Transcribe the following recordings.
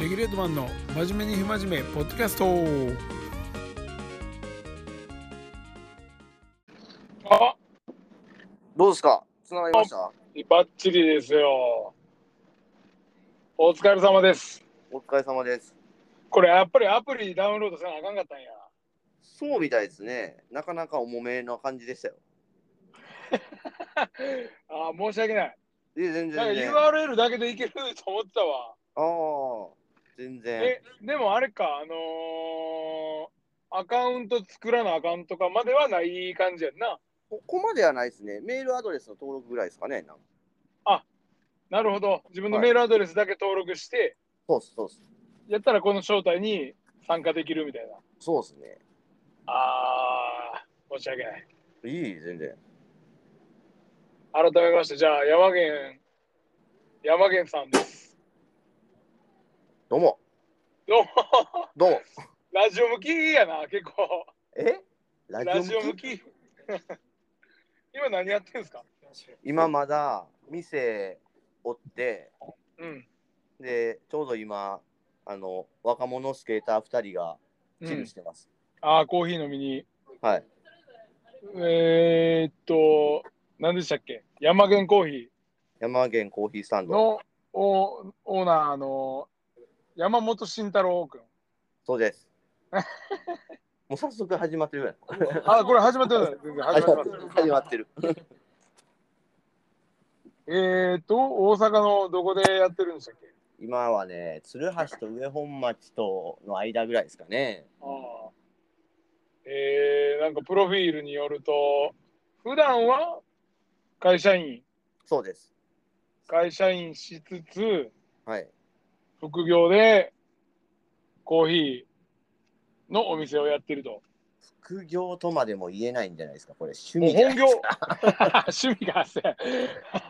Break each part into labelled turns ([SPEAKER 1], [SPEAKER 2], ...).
[SPEAKER 1] レギュレートマンの真面目に不真面目ポッドキャスト
[SPEAKER 2] あ、
[SPEAKER 3] どうですか繋がりました
[SPEAKER 2] バッチリですよ。お疲れ様です。
[SPEAKER 3] お疲れ様です。
[SPEAKER 2] これやっぱりアプリダウンロードせなあかんかったんや。
[SPEAKER 3] そうみたいですね。なかなか重めな感じでしたよ。
[SPEAKER 2] あー、申し訳ない。
[SPEAKER 3] え、全
[SPEAKER 2] なん
[SPEAKER 3] 然、
[SPEAKER 2] か
[SPEAKER 3] ね。
[SPEAKER 2] URL だけでいけると思ってたわ。
[SPEAKER 3] ああ、全然。
[SPEAKER 2] え、でもあれか、あのーアカウント作らなあかんとかまではない感じやんな。
[SPEAKER 3] ここまではないですね。メールアドレスの登録ぐらいですかね。なんか
[SPEAKER 2] なるほど。自分のメールアドレスだけ登録して、
[SPEAKER 3] そうっす、そうっす。
[SPEAKER 2] やったらこの招待に参加できるみたいな。
[SPEAKER 3] そうっすね。
[SPEAKER 2] あー、申し訳ない。
[SPEAKER 3] いい、全然。
[SPEAKER 2] 改めまして、じゃあ、山源、山源さんです。
[SPEAKER 3] どうも、
[SPEAKER 2] どうも、
[SPEAKER 3] どうも。
[SPEAKER 2] ラジオ向きやな、結構。
[SPEAKER 3] えラ
[SPEAKER 2] ラ
[SPEAKER 3] ジ
[SPEAKER 2] ジ
[SPEAKER 3] オ
[SPEAKER 2] オ
[SPEAKER 3] 向
[SPEAKER 2] 向
[SPEAKER 3] き
[SPEAKER 2] き。 今何やってんですか
[SPEAKER 3] 今まだ店おって、
[SPEAKER 2] うん。
[SPEAKER 3] で、ちょうど今、あの、若者スケーター2人が
[SPEAKER 2] う
[SPEAKER 3] チル
[SPEAKER 2] ん
[SPEAKER 3] し、てます。
[SPEAKER 2] ああ、コーヒー飲みに。
[SPEAKER 3] はい。
[SPEAKER 2] えー、っと、何でしたっけ山源コーヒ
[SPEAKER 3] 山源コーヒースタン
[SPEAKER 2] ー
[SPEAKER 3] ド。
[SPEAKER 2] のオーオーナーの山本慎太郎君。
[SPEAKER 3] そうです。もう早速始まってるやん。
[SPEAKER 2] あー、これ始まってる。全然始まってます。
[SPEAKER 3] 始まってる。
[SPEAKER 2] えー、っと、大阪のどこでやってるんでしたっけ
[SPEAKER 3] 今はね、鶴橋と上本町との間ぐらいですかね。
[SPEAKER 2] ああえー、なんかプロフィールによると普段は会社員
[SPEAKER 3] そうです。
[SPEAKER 2] 会社員しつつ
[SPEAKER 3] はい。
[SPEAKER 2] 副業でコーヒーのお店をやってる と
[SPEAKER 3] 副業とまでも言えないんじゃないですか、これ。趣
[SPEAKER 2] もう
[SPEAKER 3] 味で
[SPEAKER 2] 本業趣味が 発生確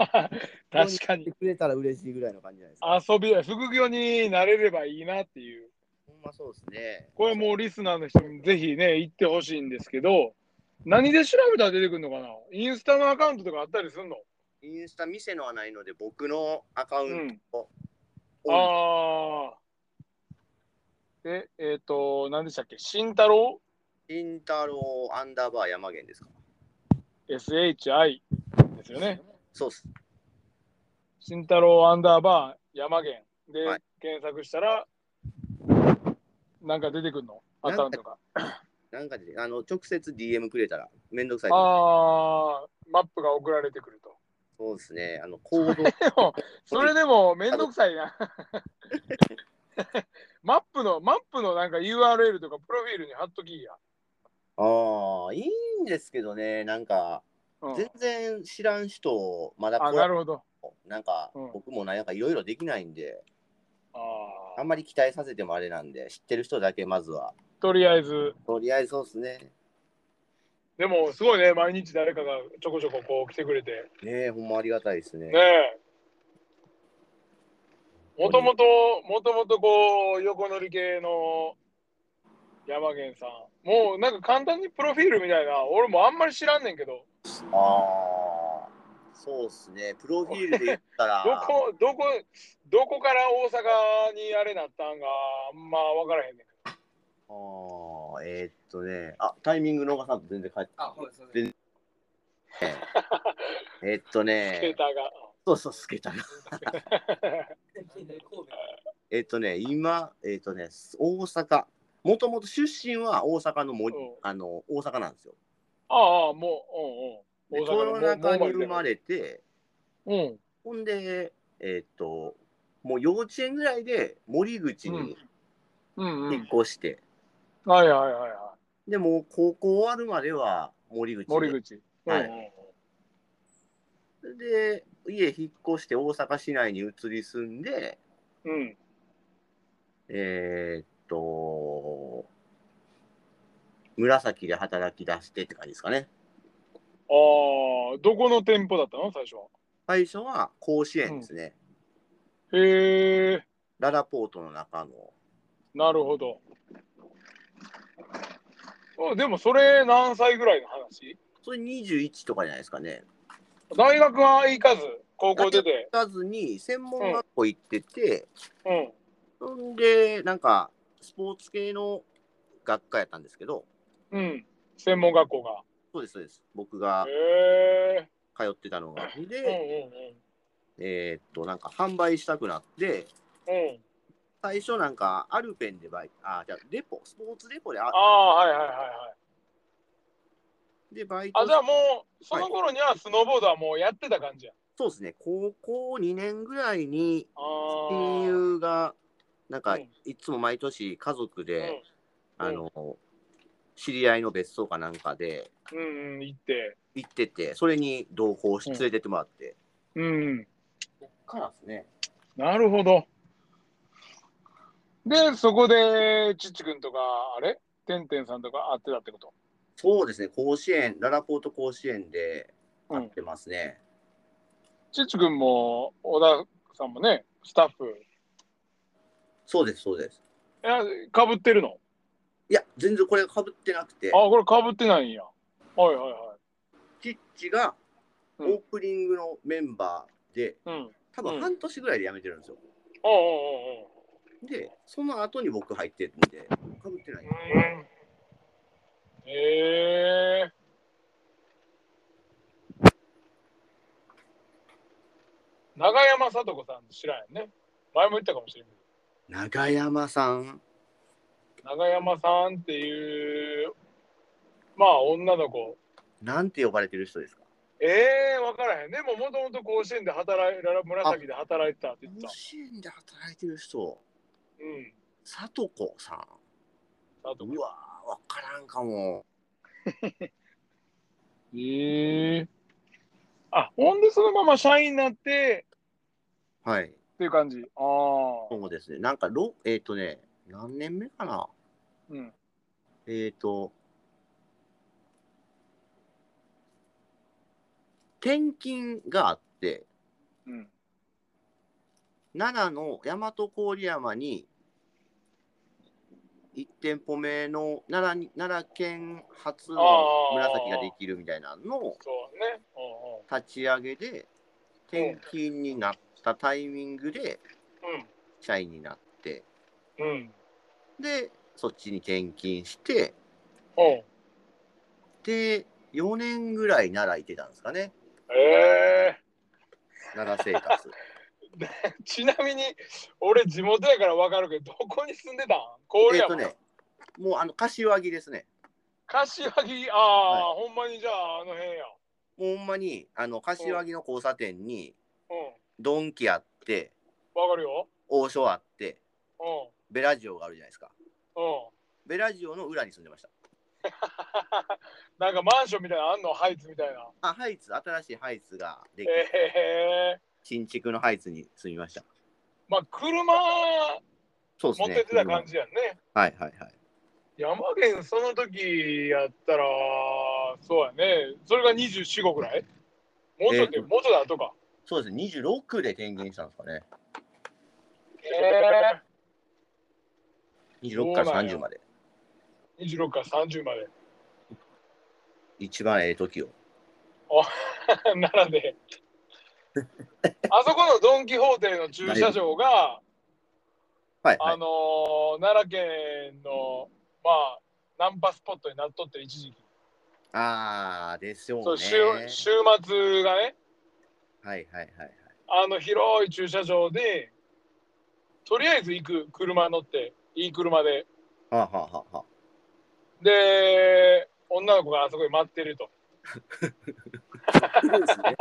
[SPEAKER 2] か
[SPEAKER 3] やって
[SPEAKER 2] に
[SPEAKER 3] くれたら嬉しいぐらいの感じじゃないですか。
[SPEAKER 2] 遊び副業になれればいいなっていう
[SPEAKER 3] ほんまそうですね。
[SPEAKER 2] これもうリスナーの人にぜひね行ってほしいんですけど何で調べたら出てくるのかなインスタのアカウントとかあったりするの
[SPEAKER 3] インスタ店のはないので、僕のアカウ
[SPEAKER 2] う
[SPEAKER 3] ン
[SPEAKER 2] ん
[SPEAKER 3] トを、
[SPEAKER 2] ああ。で、えっ、と、何でしたっけ慎太郎
[SPEAKER 3] 慎太郎アンダーバー山源ですか。
[SPEAKER 2] ?SHI ですよね。
[SPEAKER 3] そうっす。
[SPEAKER 2] 慎太郎アンダーバー山源で、
[SPEAKER 3] はい
[SPEAKER 2] 検索したら、なんか出てくるのアカウントが。
[SPEAKER 3] なんかで、あの、直接 DM くれたら、めんどくさい。
[SPEAKER 2] ああ、マップが送られてくると。
[SPEAKER 3] そうですね。あの、行動。
[SPEAKER 2] でも、それでもめんどくさい な。マップの、マップのなんか URL とかプロフィールに貼っときや。
[SPEAKER 3] ああ、いいんですけどね、なんか、
[SPEAKER 2] うん
[SPEAKER 3] 全然知らん人、まだ
[SPEAKER 2] あ、
[SPEAKER 3] こ
[SPEAKER 2] な
[SPEAKER 3] れ
[SPEAKER 2] るほど。
[SPEAKER 3] なんか、
[SPEAKER 2] うん
[SPEAKER 3] 僕もなんかいろいろできないんで、
[SPEAKER 2] あ
[SPEAKER 3] あん
[SPEAKER 2] ー
[SPEAKER 3] まり期待させてもあれなんで、知ってる人だけまずは。
[SPEAKER 2] とりあえず、
[SPEAKER 3] とりあえずそうですね。
[SPEAKER 2] でもすごいね、毎日誰かがちょこちょここう来てくれて。
[SPEAKER 3] ねえ、ほんまありがたいですね。
[SPEAKER 2] ねえ。もともと、もともとこう、横乗り系の山源さん。もうなんか簡単にプロフィールみたいな、俺もあんまり知らんねんけど、
[SPEAKER 3] ああ、そうですね。プロフィールで言った ら、
[SPEAKER 2] どこ、どこ、どこから大阪にあれなったんか、あんま分からへんねんけど。
[SPEAKER 3] あーえーっとね、あ、タイミング逃さんと全然帰って。
[SPEAKER 4] あ、そうです。そうです
[SPEAKER 3] 全えーっと
[SPEAKER 2] スケー
[SPEAKER 3] ね
[SPEAKER 2] タ、
[SPEAKER 3] そうそう、スケーターが。
[SPEAKER 2] ーが。
[SPEAKER 3] えーっとね、今、えーっとね、大阪。もともと出身は大阪の森、
[SPEAKER 2] うん
[SPEAKER 3] あの、大阪なんですよ。
[SPEAKER 2] ああ、もう、うん
[SPEAKER 3] で
[SPEAKER 2] うん。
[SPEAKER 3] コロナ禍に生ま
[SPEAKER 2] れ。
[SPEAKER 3] れて、
[SPEAKER 2] うん。
[SPEAKER 3] ほんで、えーっと、もう幼稚園ぐらいで森口に
[SPEAKER 2] うんう
[SPEAKER 3] 引
[SPEAKER 2] ん。
[SPEAKER 3] っ越して、
[SPEAKER 2] はいはいはいは
[SPEAKER 3] でもう高校終わるまでは森口
[SPEAKER 2] い。
[SPEAKER 3] で
[SPEAKER 2] 森口。
[SPEAKER 3] はい
[SPEAKER 2] うんうん
[SPEAKER 3] で、家引っ越して大阪市内に移り住んで、
[SPEAKER 2] うん。うん。
[SPEAKER 3] えーっと、紫で働き出してって感じですかね。
[SPEAKER 2] ああ、どこの店舗だったの最初は。
[SPEAKER 3] 最初は甲子園ですね。
[SPEAKER 2] へえ、
[SPEAKER 3] ララポートの中の。
[SPEAKER 2] なるほど。あでもそれ何歳ぐらいの話
[SPEAKER 3] それ21とかじゃないですかね。
[SPEAKER 2] 大学は行かず、高校出て。
[SPEAKER 3] 行かずに専門学校行ってて、
[SPEAKER 2] うん。
[SPEAKER 3] ほんで、なんか、スポーツ系の学科やったんですけど、
[SPEAKER 2] うん。専門学校が。
[SPEAKER 3] そうです、そうです。僕が
[SPEAKER 2] へえ
[SPEAKER 3] 通ってたのが。
[SPEAKER 2] うん
[SPEAKER 3] で、えーっと、なんか販売したくなって、
[SPEAKER 2] うんうん。うん。
[SPEAKER 3] 最初なんか、アルペンでバイあ、じゃあレポ、スポーツレポであ
[SPEAKER 2] ああ、はいはいはいはい。
[SPEAKER 3] でバイト
[SPEAKER 2] あ、じゃあもう、その頃にはスノーボードはもうやってた感じや。
[SPEAKER 3] そうですね、高校2年ぐらいに、
[SPEAKER 2] ああ。
[SPEAKER 3] 親
[SPEAKER 2] うん。
[SPEAKER 3] 友が、なんか、
[SPEAKER 2] うん
[SPEAKER 3] いつも毎年家族で、あの、知り合いの別荘かなんかで
[SPEAKER 2] うんうん、行って。
[SPEAKER 3] 行ってて、それに同行し
[SPEAKER 2] うん
[SPEAKER 3] 連れてってもらって。
[SPEAKER 2] うん。
[SPEAKER 3] からですね。
[SPEAKER 2] なるほど。で、そこで、ちっちくんとか、あれてんてんさんとか会ってたってこと。
[SPEAKER 3] そうですね、甲子園、ララポート甲子園で会ってますね。
[SPEAKER 2] ちっちくんも、小田さんもね、スタッフ。
[SPEAKER 3] そうです、そうです。
[SPEAKER 2] いや、かぶってるの
[SPEAKER 3] いや、全然これかぶってなくて
[SPEAKER 2] あ、、これかぶってないんや。はいはいは
[SPEAKER 3] キッチがオ
[SPEAKER 2] うん
[SPEAKER 3] ープニングのメンバーで、
[SPEAKER 2] い。うん。
[SPEAKER 3] 多
[SPEAKER 2] う
[SPEAKER 3] 分
[SPEAKER 2] ん
[SPEAKER 3] 半年ぐらいで辞めてるんですよ。
[SPEAKER 2] おう
[SPEAKER 3] で、その後に僕入ってるんで、かぶってない
[SPEAKER 2] おうおう。おう。うん。ええ長山さと子さん知らんやんね。前も言ったかもしれんけど。
[SPEAKER 3] 長山さん、
[SPEAKER 2] 長山さんっていう、まあ女の子。
[SPEAKER 3] なんて呼ばれてる人ですか
[SPEAKER 2] ええ分からへん。でももともと甲子園で働いらら紫で働いてたって言って
[SPEAKER 3] 甲
[SPEAKER 2] た。
[SPEAKER 3] 子園で働いてる人、
[SPEAKER 2] うん。
[SPEAKER 3] さとこさん。
[SPEAKER 2] さと
[SPEAKER 3] うわー、わからんかも。
[SPEAKER 2] ええあ、ほんでそのまま社員になって
[SPEAKER 3] はい、
[SPEAKER 2] っていう感じ。ああ。
[SPEAKER 3] そうですね。なんか、ろえっ、とね、何年目かな
[SPEAKER 2] うん。
[SPEAKER 3] えっ、と、転勤があって、
[SPEAKER 2] うん。
[SPEAKER 3] 奈良の大和郡山に1店舗目の奈良に奈良県初の紫ができるみたいなのを
[SPEAKER 2] そうね。うんうん
[SPEAKER 3] 立ち上げで転勤になったタイミングで社員になって
[SPEAKER 2] うん。うん。
[SPEAKER 3] でそっちに転勤して
[SPEAKER 2] おう
[SPEAKER 3] で4年ぐらい奈良行ってたんですかね
[SPEAKER 2] ええ
[SPEAKER 3] 奈 良生活
[SPEAKER 2] ちなみに、俺地元やからわかるけど、どこに住んでたん郡
[SPEAKER 3] えっ
[SPEAKER 2] 山、
[SPEAKER 3] とねもうあの柏木ですね
[SPEAKER 2] 柏木、ああ、ほんまにじゃあ、あの辺や。
[SPEAKER 3] もうほんまにあの柏木の交差点に
[SPEAKER 2] う
[SPEAKER 3] ドンキあって
[SPEAKER 2] ん。わかるよ。
[SPEAKER 3] 王将あって
[SPEAKER 2] うん。
[SPEAKER 3] ベラジオがあるじゃないですか
[SPEAKER 2] うん。
[SPEAKER 3] ベラジオの裏に住んでました
[SPEAKER 2] なんかマンションみたいなのあんのハイツみたいな。
[SPEAKER 3] あハイツ新しいハイツができて
[SPEAKER 2] ええ
[SPEAKER 3] 新築のハイツに住みました
[SPEAKER 2] まあ車持
[SPEAKER 3] そうですね
[SPEAKER 2] ってってた感じやんね。
[SPEAKER 3] はいはいはい
[SPEAKER 2] 山源その時やったら、そうやね。それが24、5ぐらいもうちょっと、
[SPEAKER 3] えー
[SPEAKER 2] もうちょっと後か。
[SPEAKER 3] そうですね26で転勤したんですかね
[SPEAKER 2] え
[SPEAKER 3] 26から
[SPEAKER 2] そうなんや
[SPEAKER 3] 30まで
[SPEAKER 2] え26から30まで。
[SPEAKER 3] 一番ええ時を
[SPEAKER 2] 奈良で。あそこのドン・キホーテの駐車場が、
[SPEAKER 3] はいは
[SPEAKER 2] あ
[SPEAKER 3] い
[SPEAKER 2] のー奈良県の、まあ、ナンパスポットになっとって一時期。
[SPEAKER 3] あーでしょ
[SPEAKER 2] そうう週
[SPEAKER 3] ね
[SPEAKER 2] 週末がね、
[SPEAKER 3] はいはいはいはい
[SPEAKER 2] あの広い駐車場で、とりあえず行く、車乗って、いい車で。
[SPEAKER 3] はあ、はあはあはあ、
[SPEAKER 2] で、女の子があそこに待ってると。
[SPEAKER 3] そうですね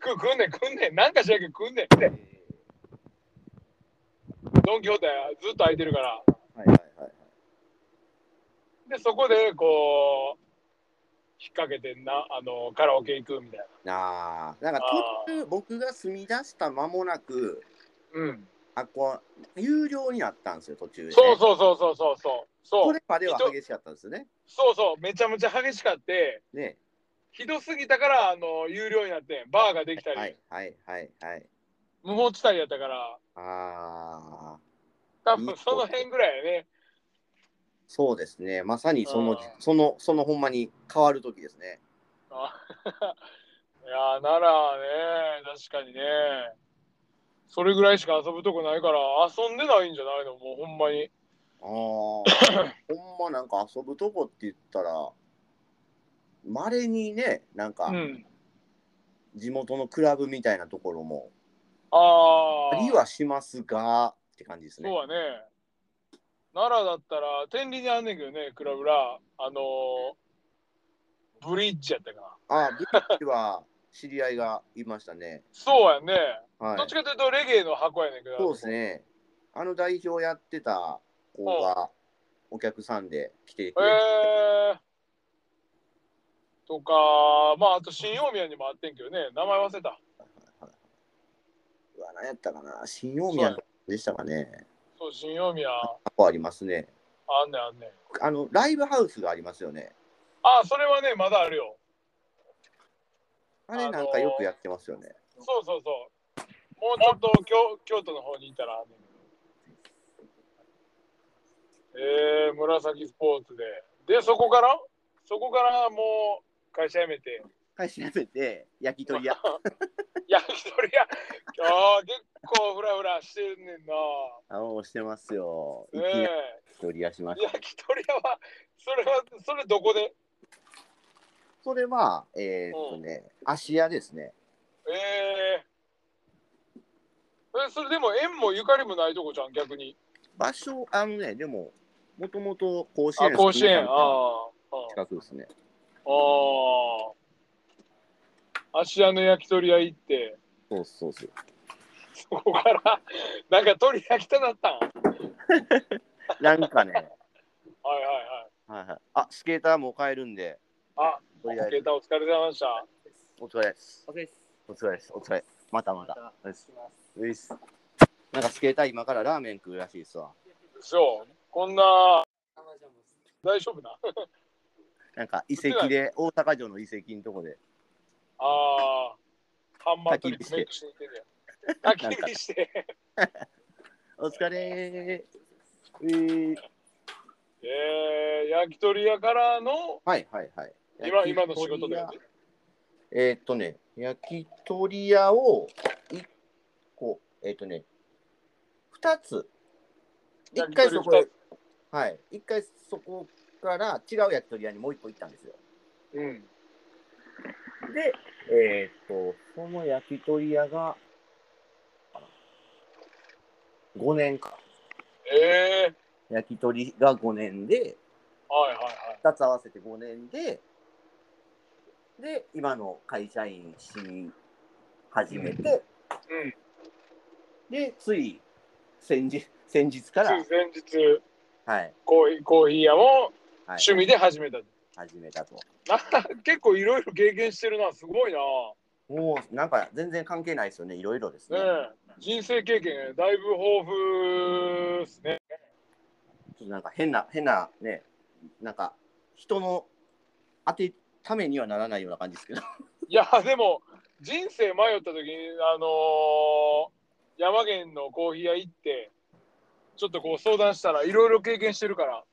[SPEAKER 2] く来んねん、来んねん、なんかしらんけど来んねん。ドン・キホーテはずっと空いてるから。
[SPEAKER 3] はいはいはい
[SPEAKER 2] で、そこで、こう、引っ掛けてな、あの、カラオケ行くみたいな。
[SPEAKER 3] あーなんか途中僕が住み出した間もなく
[SPEAKER 2] うん。
[SPEAKER 3] あこう有料になったんですよ途中で、ね、
[SPEAKER 2] そうそうそうそうそうそう。そ
[SPEAKER 3] こ
[SPEAKER 2] う
[SPEAKER 3] れまでは激しかったんですよね
[SPEAKER 2] そうそう。めちゃめちゃ激しかって、
[SPEAKER 3] ね
[SPEAKER 2] ひどすぎたから、あの、有料になって、バーができたり、
[SPEAKER 3] はいはいはいはい
[SPEAKER 2] 無法地帯やったから、
[SPEAKER 3] ああ、
[SPEAKER 2] 多分その辺ぐらいやね。
[SPEAKER 3] そうですね。まさにその
[SPEAKER 2] あー、
[SPEAKER 3] その、そのほんまに変わる時ですね。
[SPEAKER 2] あいやー、ならね、確かにね。それぐらいしか遊ぶとこないから、遊んでないんじゃないのもうほんまに。
[SPEAKER 3] ああ、ほんまなんか遊ぶとこって言ったら、まれにね、なんか
[SPEAKER 2] うん。
[SPEAKER 3] 地元のクラブみたいなところも
[SPEAKER 2] あ
[SPEAKER 3] あ
[SPEAKER 2] あ。
[SPEAKER 3] りはしますがって感じですね
[SPEAKER 2] そう。はね。奈良だったら、天理にあんねんけどね、クラブラ。あのーブリッジやったかな。
[SPEAKER 3] ああ、ビッチは知り合いがいましたね。
[SPEAKER 2] そうやね。
[SPEAKER 3] はい
[SPEAKER 2] どっ。ちかというとレゲエの箱やねんけど。
[SPEAKER 3] そうですね。あの代表やってた子がお客さんで来てくれて、
[SPEAKER 2] えー。とか、まあ、あと新大宮にもあってんけどね、名前忘れた。
[SPEAKER 3] うわ何やったかな新大宮でしたかね。
[SPEAKER 2] そう、新大宮、
[SPEAKER 3] 過去ありますね。
[SPEAKER 2] あんねんあんねん。
[SPEAKER 3] あの、ライブハウスがありますよね。
[SPEAKER 2] あ、それはね、まだあるよ。
[SPEAKER 3] あれなんかよくやってますよね。
[SPEAKER 2] そうそうそう。もうちょっと京京都の方にいたらあんねんけど。えー、紫スポーツで。で、そこからそこからもう会社辞めて、
[SPEAKER 3] 会社やめて、焼き鳥屋。
[SPEAKER 2] 焼き鳥屋、あー結構フラフラしてんねんな。
[SPEAKER 3] あおしてますよ。いきなり
[SPEAKER 2] ね
[SPEAKER 3] 焼
[SPEAKER 2] え。
[SPEAKER 3] き鳥屋しました。
[SPEAKER 2] 焼き鳥屋は、それは、それどこで
[SPEAKER 3] それは、えーっとね、芦屋ですね。
[SPEAKER 2] えええそれでも縁もゆかりもないとこじゃん、逆に。
[SPEAKER 3] 場所、あのね、でも、もともと甲子
[SPEAKER 2] あ、
[SPEAKER 3] 園
[SPEAKER 2] 甲子園。あ
[SPEAKER 3] 近くですね。
[SPEAKER 2] あ。ああ。芦屋の焼き鳥屋行って、
[SPEAKER 3] そうそうそう。
[SPEAKER 2] そこから、なんか鳥焼きたなったん。はいは
[SPEAKER 3] なんかね、
[SPEAKER 2] いはい。
[SPEAKER 3] はいはい。あ、スケーターも買えるんで、
[SPEAKER 2] あ、
[SPEAKER 3] とりあえず
[SPEAKER 2] ケータお疲れ様でした。
[SPEAKER 3] お疲れです。
[SPEAKER 4] お疲れです。
[SPEAKER 3] お疲れです。お疲れ。またまた。
[SPEAKER 4] ま
[SPEAKER 3] うっす
[SPEAKER 4] た来ます。
[SPEAKER 3] ういっす。なんかスケーター今からラーメン食うらしいですわ。
[SPEAKER 2] そう、こんな、
[SPEAKER 4] あじゃあもう
[SPEAKER 2] 大丈夫な。
[SPEAKER 3] なんか遺跡で、大阪城の遺跡のとこで。
[SPEAKER 2] ああ。ハンマートリップメイクしに行ってるやん。焚き火して。
[SPEAKER 3] お疲れー。ういー
[SPEAKER 2] えー、焼き鳥屋からの
[SPEAKER 3] はいはいはい。
[SPEAKER 2] 今今の仕事だよね。
[SPEAKER 3] えーっとね、焼き鳥屋を1個、えーっとね、2つ。1回そこ
[SPEAKER 2] 焼
[SPEAKER 3] へ、はい、1回そこから違う焼き鳥屋にもう1個行ったんですよ。
[SPEAKER 2] うん。
[SPEAKER 3] で、えーっと、その焼き鳥屋が、5年か。
[SPEAKER 2] ええ
[SPEAKER 3] 焼き鳥が5年で、
[SPEAKER 2] はいはいはい。
[SPEAKER 3] 2つ合わせて5年で、で、今の会社員し始めて、
[SPEAKER 2] うん
[SPEAKER 3] で、つい先日、先日から、
[SPEAKER 2] つい前日
[SPEAKER 3] はい、
[SPEAKER 2] コーヒーコーヒー屋も
[SPEAKER 3] はい、
[SPEAKER 2] 趣味で始めた。
[SPEAKER 3] 始めたと。
[SPEAKER 2] な結構いろいろ経験してるな、すごいな。
[SPEAKER 3] もう、なんか全然関係ないですよね、いろいろですね。
[SPEAKER 2] ねえ、人生経験だいぶ豊富ですね。
[SPEAKER 3] ちょっとなんか変な、変なね、なんか、人の当て、ためにはならないような感じですけど。
[SPEAKER 2] いやでも人生迷った時にあのー山源のコーヒー屋行ってちょっとこう相談したらいろいろ経験してるから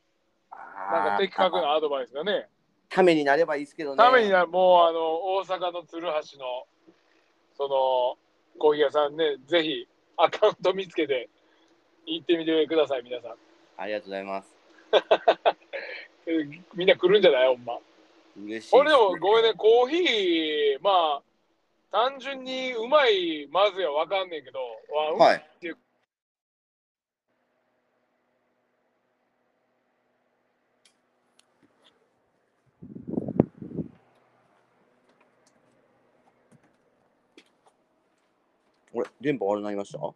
[SPEAKER 2] なんか的確 なアドバイスがね。
[SPEAKER 3] ためになればいいですけどね。
[SPEAKER 2] ためになるもうあの大阪の鶴橋のそのコーヒー屋さんねぜひアカウント見つけて行ってみてください皆さん
[SPEAKER 3] ありがとうございます。
[SPEAKER 2] えーみんな来るんじゃないほんま
[SPEAKER 3] 嬉しいです
[SPEAKER 2] 俺でもごめんねコーヒーまあ単純にうまいまずいは分かんねんけど、わうまい
[SPEAKER 3] はい。あれ、電波悪なりました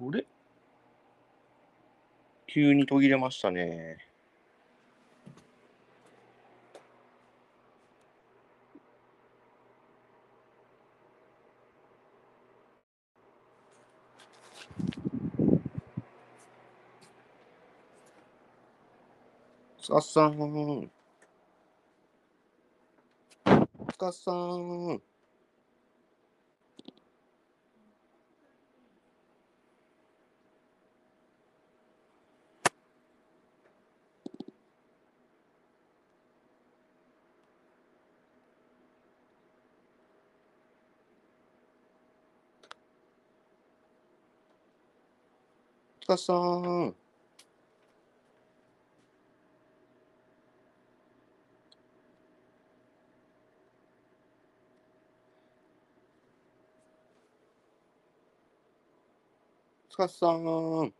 [SPEAKER 3] あれ急に途切れましたね。つかさん。つかさん。塚さん。塚さん。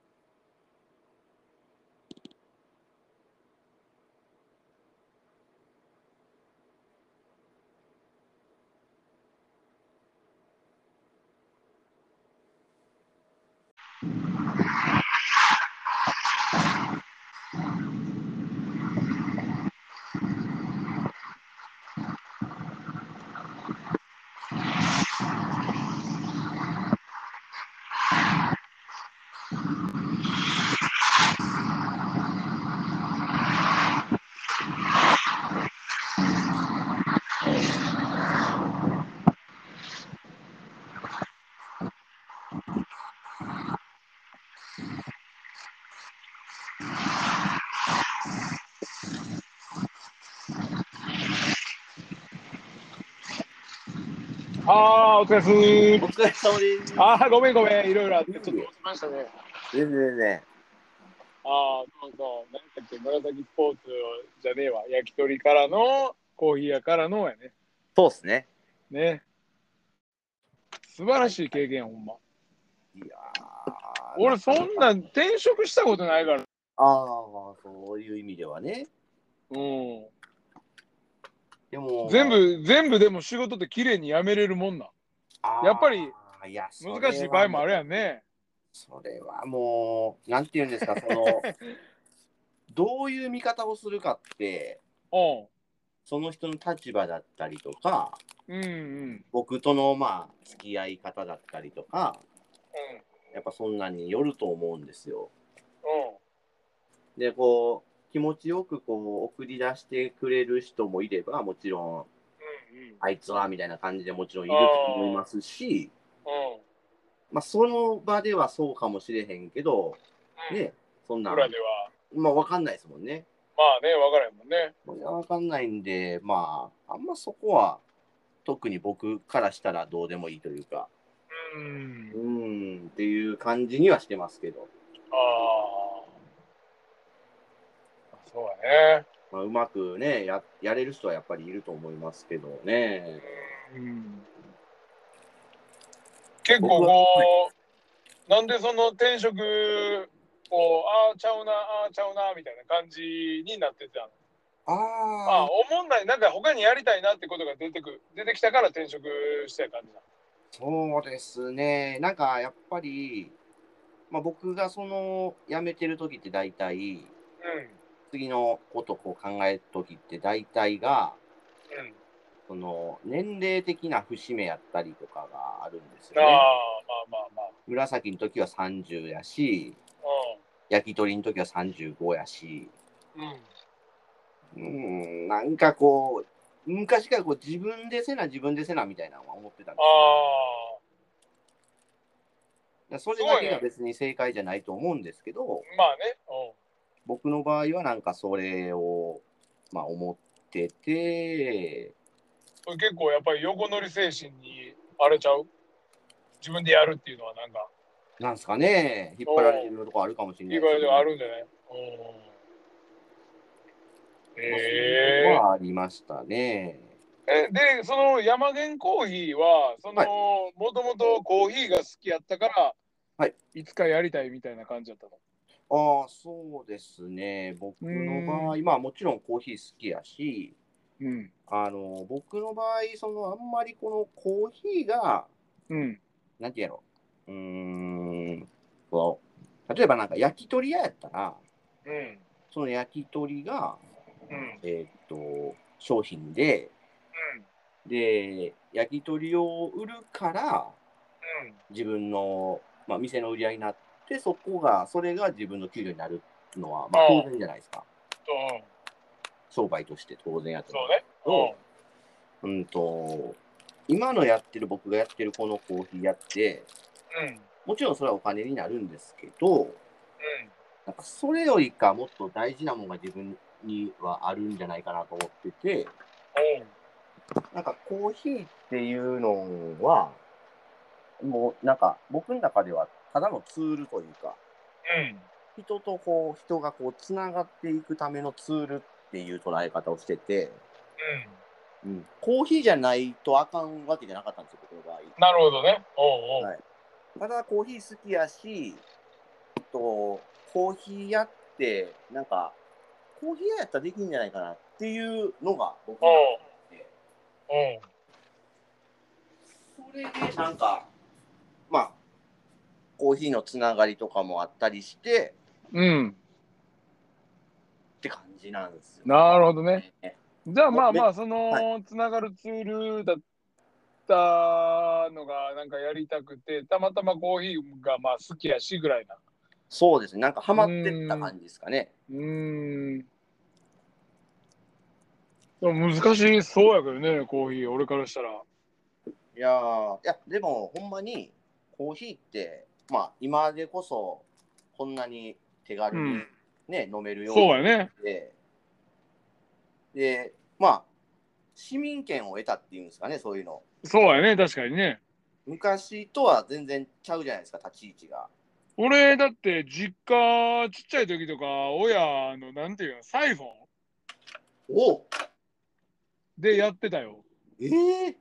[SPEAKER 2] あー、お疲れっす
[SPEAKER 3] お疲れ様です。
[SPEAKER 2] あー、ごめんごめん。いろいろあって、ちょっと落ちましたね。
[SPEAKER 3] 全然ね。
[SPEAKER 2] ああ、そうそう。なんだっけ、紫スポーツじゃねえわ。焼き鳥からの、コーヒー屋からのやね。
[SPEAKER 3] そうっすね。
[SPEAKER 2] ね。素晴らしい経験、ほんま。
[SPEAKER 3] いやー
[SPEAKER 2] 俺、そんなん転職したことないから。
[SPEAKER 3] ああ、そういう意味ではね。
[SPEAKER 2] うん。
[SPEAKER 3] でも、
[SPEAKER 2] 全、部、全部でも仕事って綺麗に辞めれるもんな。やっぱり、
[SPEAKER 3] いやそれは
[SPEAKER 2] 難しい場合もあるやんね。
[SPEAKER 3] それはもう、なんて言うんですか、そ の、どういう見方をするかって、
[SPEAKER 2] うん。
[SPEAKER 3] その人の立場だったりとか、
[SPEAKER 2] うんうん。
[SPEAKER 3] 僕との、まあ、付き合い方だったりとか、
[SPEAKER 2] うん。
[SPEAKER 3] やっぱそんなによると思うんですよ。
[SPEAKER 2] うん。
[SPEAKER 3] で、こう、気持ちよくこう送り出してくれる人もいれば、もちろん、
[SPEAKER 2] うんうん。
[SPEAKER 3] あいつはみたいな感じでもちろんいると思いますし、
[SPEAKER 2] う
[SPEAKER 3] まあ、その場ではそうかもしれへんけど、
[SPEAKER 2] ん。
[SPEAKER 3] ね、そんな、
[SPEAKER 2] 裏では、
[SPEAKER 3] まあ、わかんないですもんね。
[SPEAKER 2] まあね、分からへんもんね。
[SPEAKER 3] これはわかんないんで、まあ、あんまそこは、特に僕からしたらどうでもいいというか、
[SPEAKER 2] うん
[SPEAKER 3] う。ーん、っていう感じにはしてますけど、
[SPEAKER 2] ああ。そうだね。
[SPEAKER 3] まあ、うまくねや、やれる人はやっぱりいると思いますけどね。
[SPEAKER 2] うん。結構こう、なんでその転職を、ああ、ちゃうな、ああ、ちゃうな、みたいな感じになってたの。ああ
[SPEAKER 3] ああ、、
[SPEAKER 2] おもんない、なんか他にやりたいなってことが出てくる、出てきたから転職した感じだ。
[SPEAKER 3] そうですね。なんか、やっぱり、まあ、僕がその、辞めてる時って大体、次のことこう考える時って大体が、
[SPEAKER 2] うん。うん。
[SPEAKER 3] その、年齢的な節目やったりとかがあるんですよ
[SPEAKER 2] ああ、ま
[SPEAKER 3] ね。
[SPEAKER 2] あまあまあ。
[SPEAKER 3] 紫の時は30やし、焼き鳥の時は35やし、
[SPEAKER 2] うん。うん。
[SPEAKER 3] うーん、なんかこう、昔からこう自分でせな、自分でせなみたいなのは思ってたんで
[SPEAKER 2] ああ。
[SPEAKER 3] すよ。それだけが別に正解じゃないと思うんですけど、
[SPEAKER 2] まあね。うん。
[SPEAKER 3] 僕の場合はなんかそれを、まあ、思ってて、
[SPEAKER 2] これ結構やっぱり横乗り精神に荒れちゃう自分でやるっていうのはなんか
[SPEAKER 3] なんですかね、引っ張られてるとこあるかもしれないい
[SPEAKER 2] い場合
[SPEAKER 3] す
[SPEAKER 2] ではあるんじゃないうんえ
[SPEAKER 3] まあそういうのはありましたね。
[SPEAKER 2] ーえでその山源コーヒーはそ
[SPEAKER 3] はい
[SPEAKER 2] のもともとコーヒーが好きやったから、
[SPEAKER 3] はい、
[SPEAKER 2] いつかやりたいみたいな感じだったの
[SPEAKER 3] ああ、そうですね。僕の場合、まあもちろんコーヒー好きやし、
[SPEAKER 2] うん
[SPEAKER 3] あの、僕の場合、その、あんまりこのコーヒーが、
[SPEAKER 2] うん
[SPEAKER 3] なんて言うやろう。うーん、こう、例えばなんか焼き鳥屋やったら、
[SPEAKER 2] うん
[SPEAKER 3] その焼き鳥が、
[SPEAKER 2] うん
[SPEAKER 3] えーっと、商品で、で、焼き鳥を売るから、自分の、まあ、店の売り上げになって、そこが、それが自分の給料になるのは、まあ、
[SPEAKER 2] うん
[SPEAKER 3] 当然じゃないですか。
[SPEAKER 2] うん
[SPEAKER 3] 商売として当然やと
[SPEAKER 2] そ
[SPEAKER 3] 思
[SPEAKER 2] うね
[SPEAKER 3] ううんと、今のやってる、僕がやってるこのコーヒーやって、
[SPEAKER 2] うんうん
[SPEAKER 3] もちろんそれはお金になるんですけど、なんかそれよりかもっと大事なものが自分にはあるんじゃないかなと思ってて、なんかコーヒーっていうのは、もうなんか僕の中ではただのツールというか、
[SPEAKER 2] うん。
[SPEAKER 3] 人とこう人がこうつながっていくためのツールっていう捉え方をしてて、
[SPEAKER 2] うん。
[SPEAKER 3] うん、コーヒーじゃないとあかんわけじゃなかったんですよ、僕の場合。
[SPEAKER 2] なるほどね。おうおう。
[SPEAKER 3] はいただコーヒー好きやし、とコーヒー屋って、なんか、コーヒー屋やったらできるんじゃないかなっていうのが僕の
[SPEAKER 2] おう
[SPEAKER 3] で、
[SPEAKER 2] おう。
[SPEAKER 3] それでなんか、まあ、コーヒーのつながりとかもあったりして
[SPEAKER 2] うん。
[SPEAKER 3] って感じなんですよ。
[SPEAKER 2] なるほどね。
[SPEAKER 3] ね
[SPEAKER 2] じゃあまあ
[SPEAKER 3] ね
[SPEAKER 2] まあ、その、
[SPEAKER 3] は
[SPEAKER 2] つながるツールだったのが、なんかやりたくて、たまたまコーヒーがまあ好きやしぐらいな。
[SPEAKER 3] そうですね、なんかハマってった感じですかね。
[SPEAKER 2] うーん。でも難しそうやけどね、コーヒー、俺からしたら。
[SPEAKER 3] いやーいやでもほんまにコーヒーってまあ今でこそこんなに手軽
[SPEAKER 2] う
[SPEAKER 3] に
[SPEAKER 2] ん
[SPEAKER 3] ね、飲めるよう
[SPEAKER 2] そう
[SPEAKER 3] に
[SPEAKER 2] やね。
[SPEAKER 3] ででまあ市民権を得たっていうんですかねそういうの
[SPEAKER 2] そうやね、確かにね。
[SPEAKER 3] 昔とは全然ちゃうじゃないですか立ち位置が
[SPEAKER 2] 俺、だって、実家、ちっちゃい時とか、親の、なんていうの、サイフォン
[SPEAKER 3] お
[SPEAKER 2] でやってたよ。
[SPEAKER 3] ええ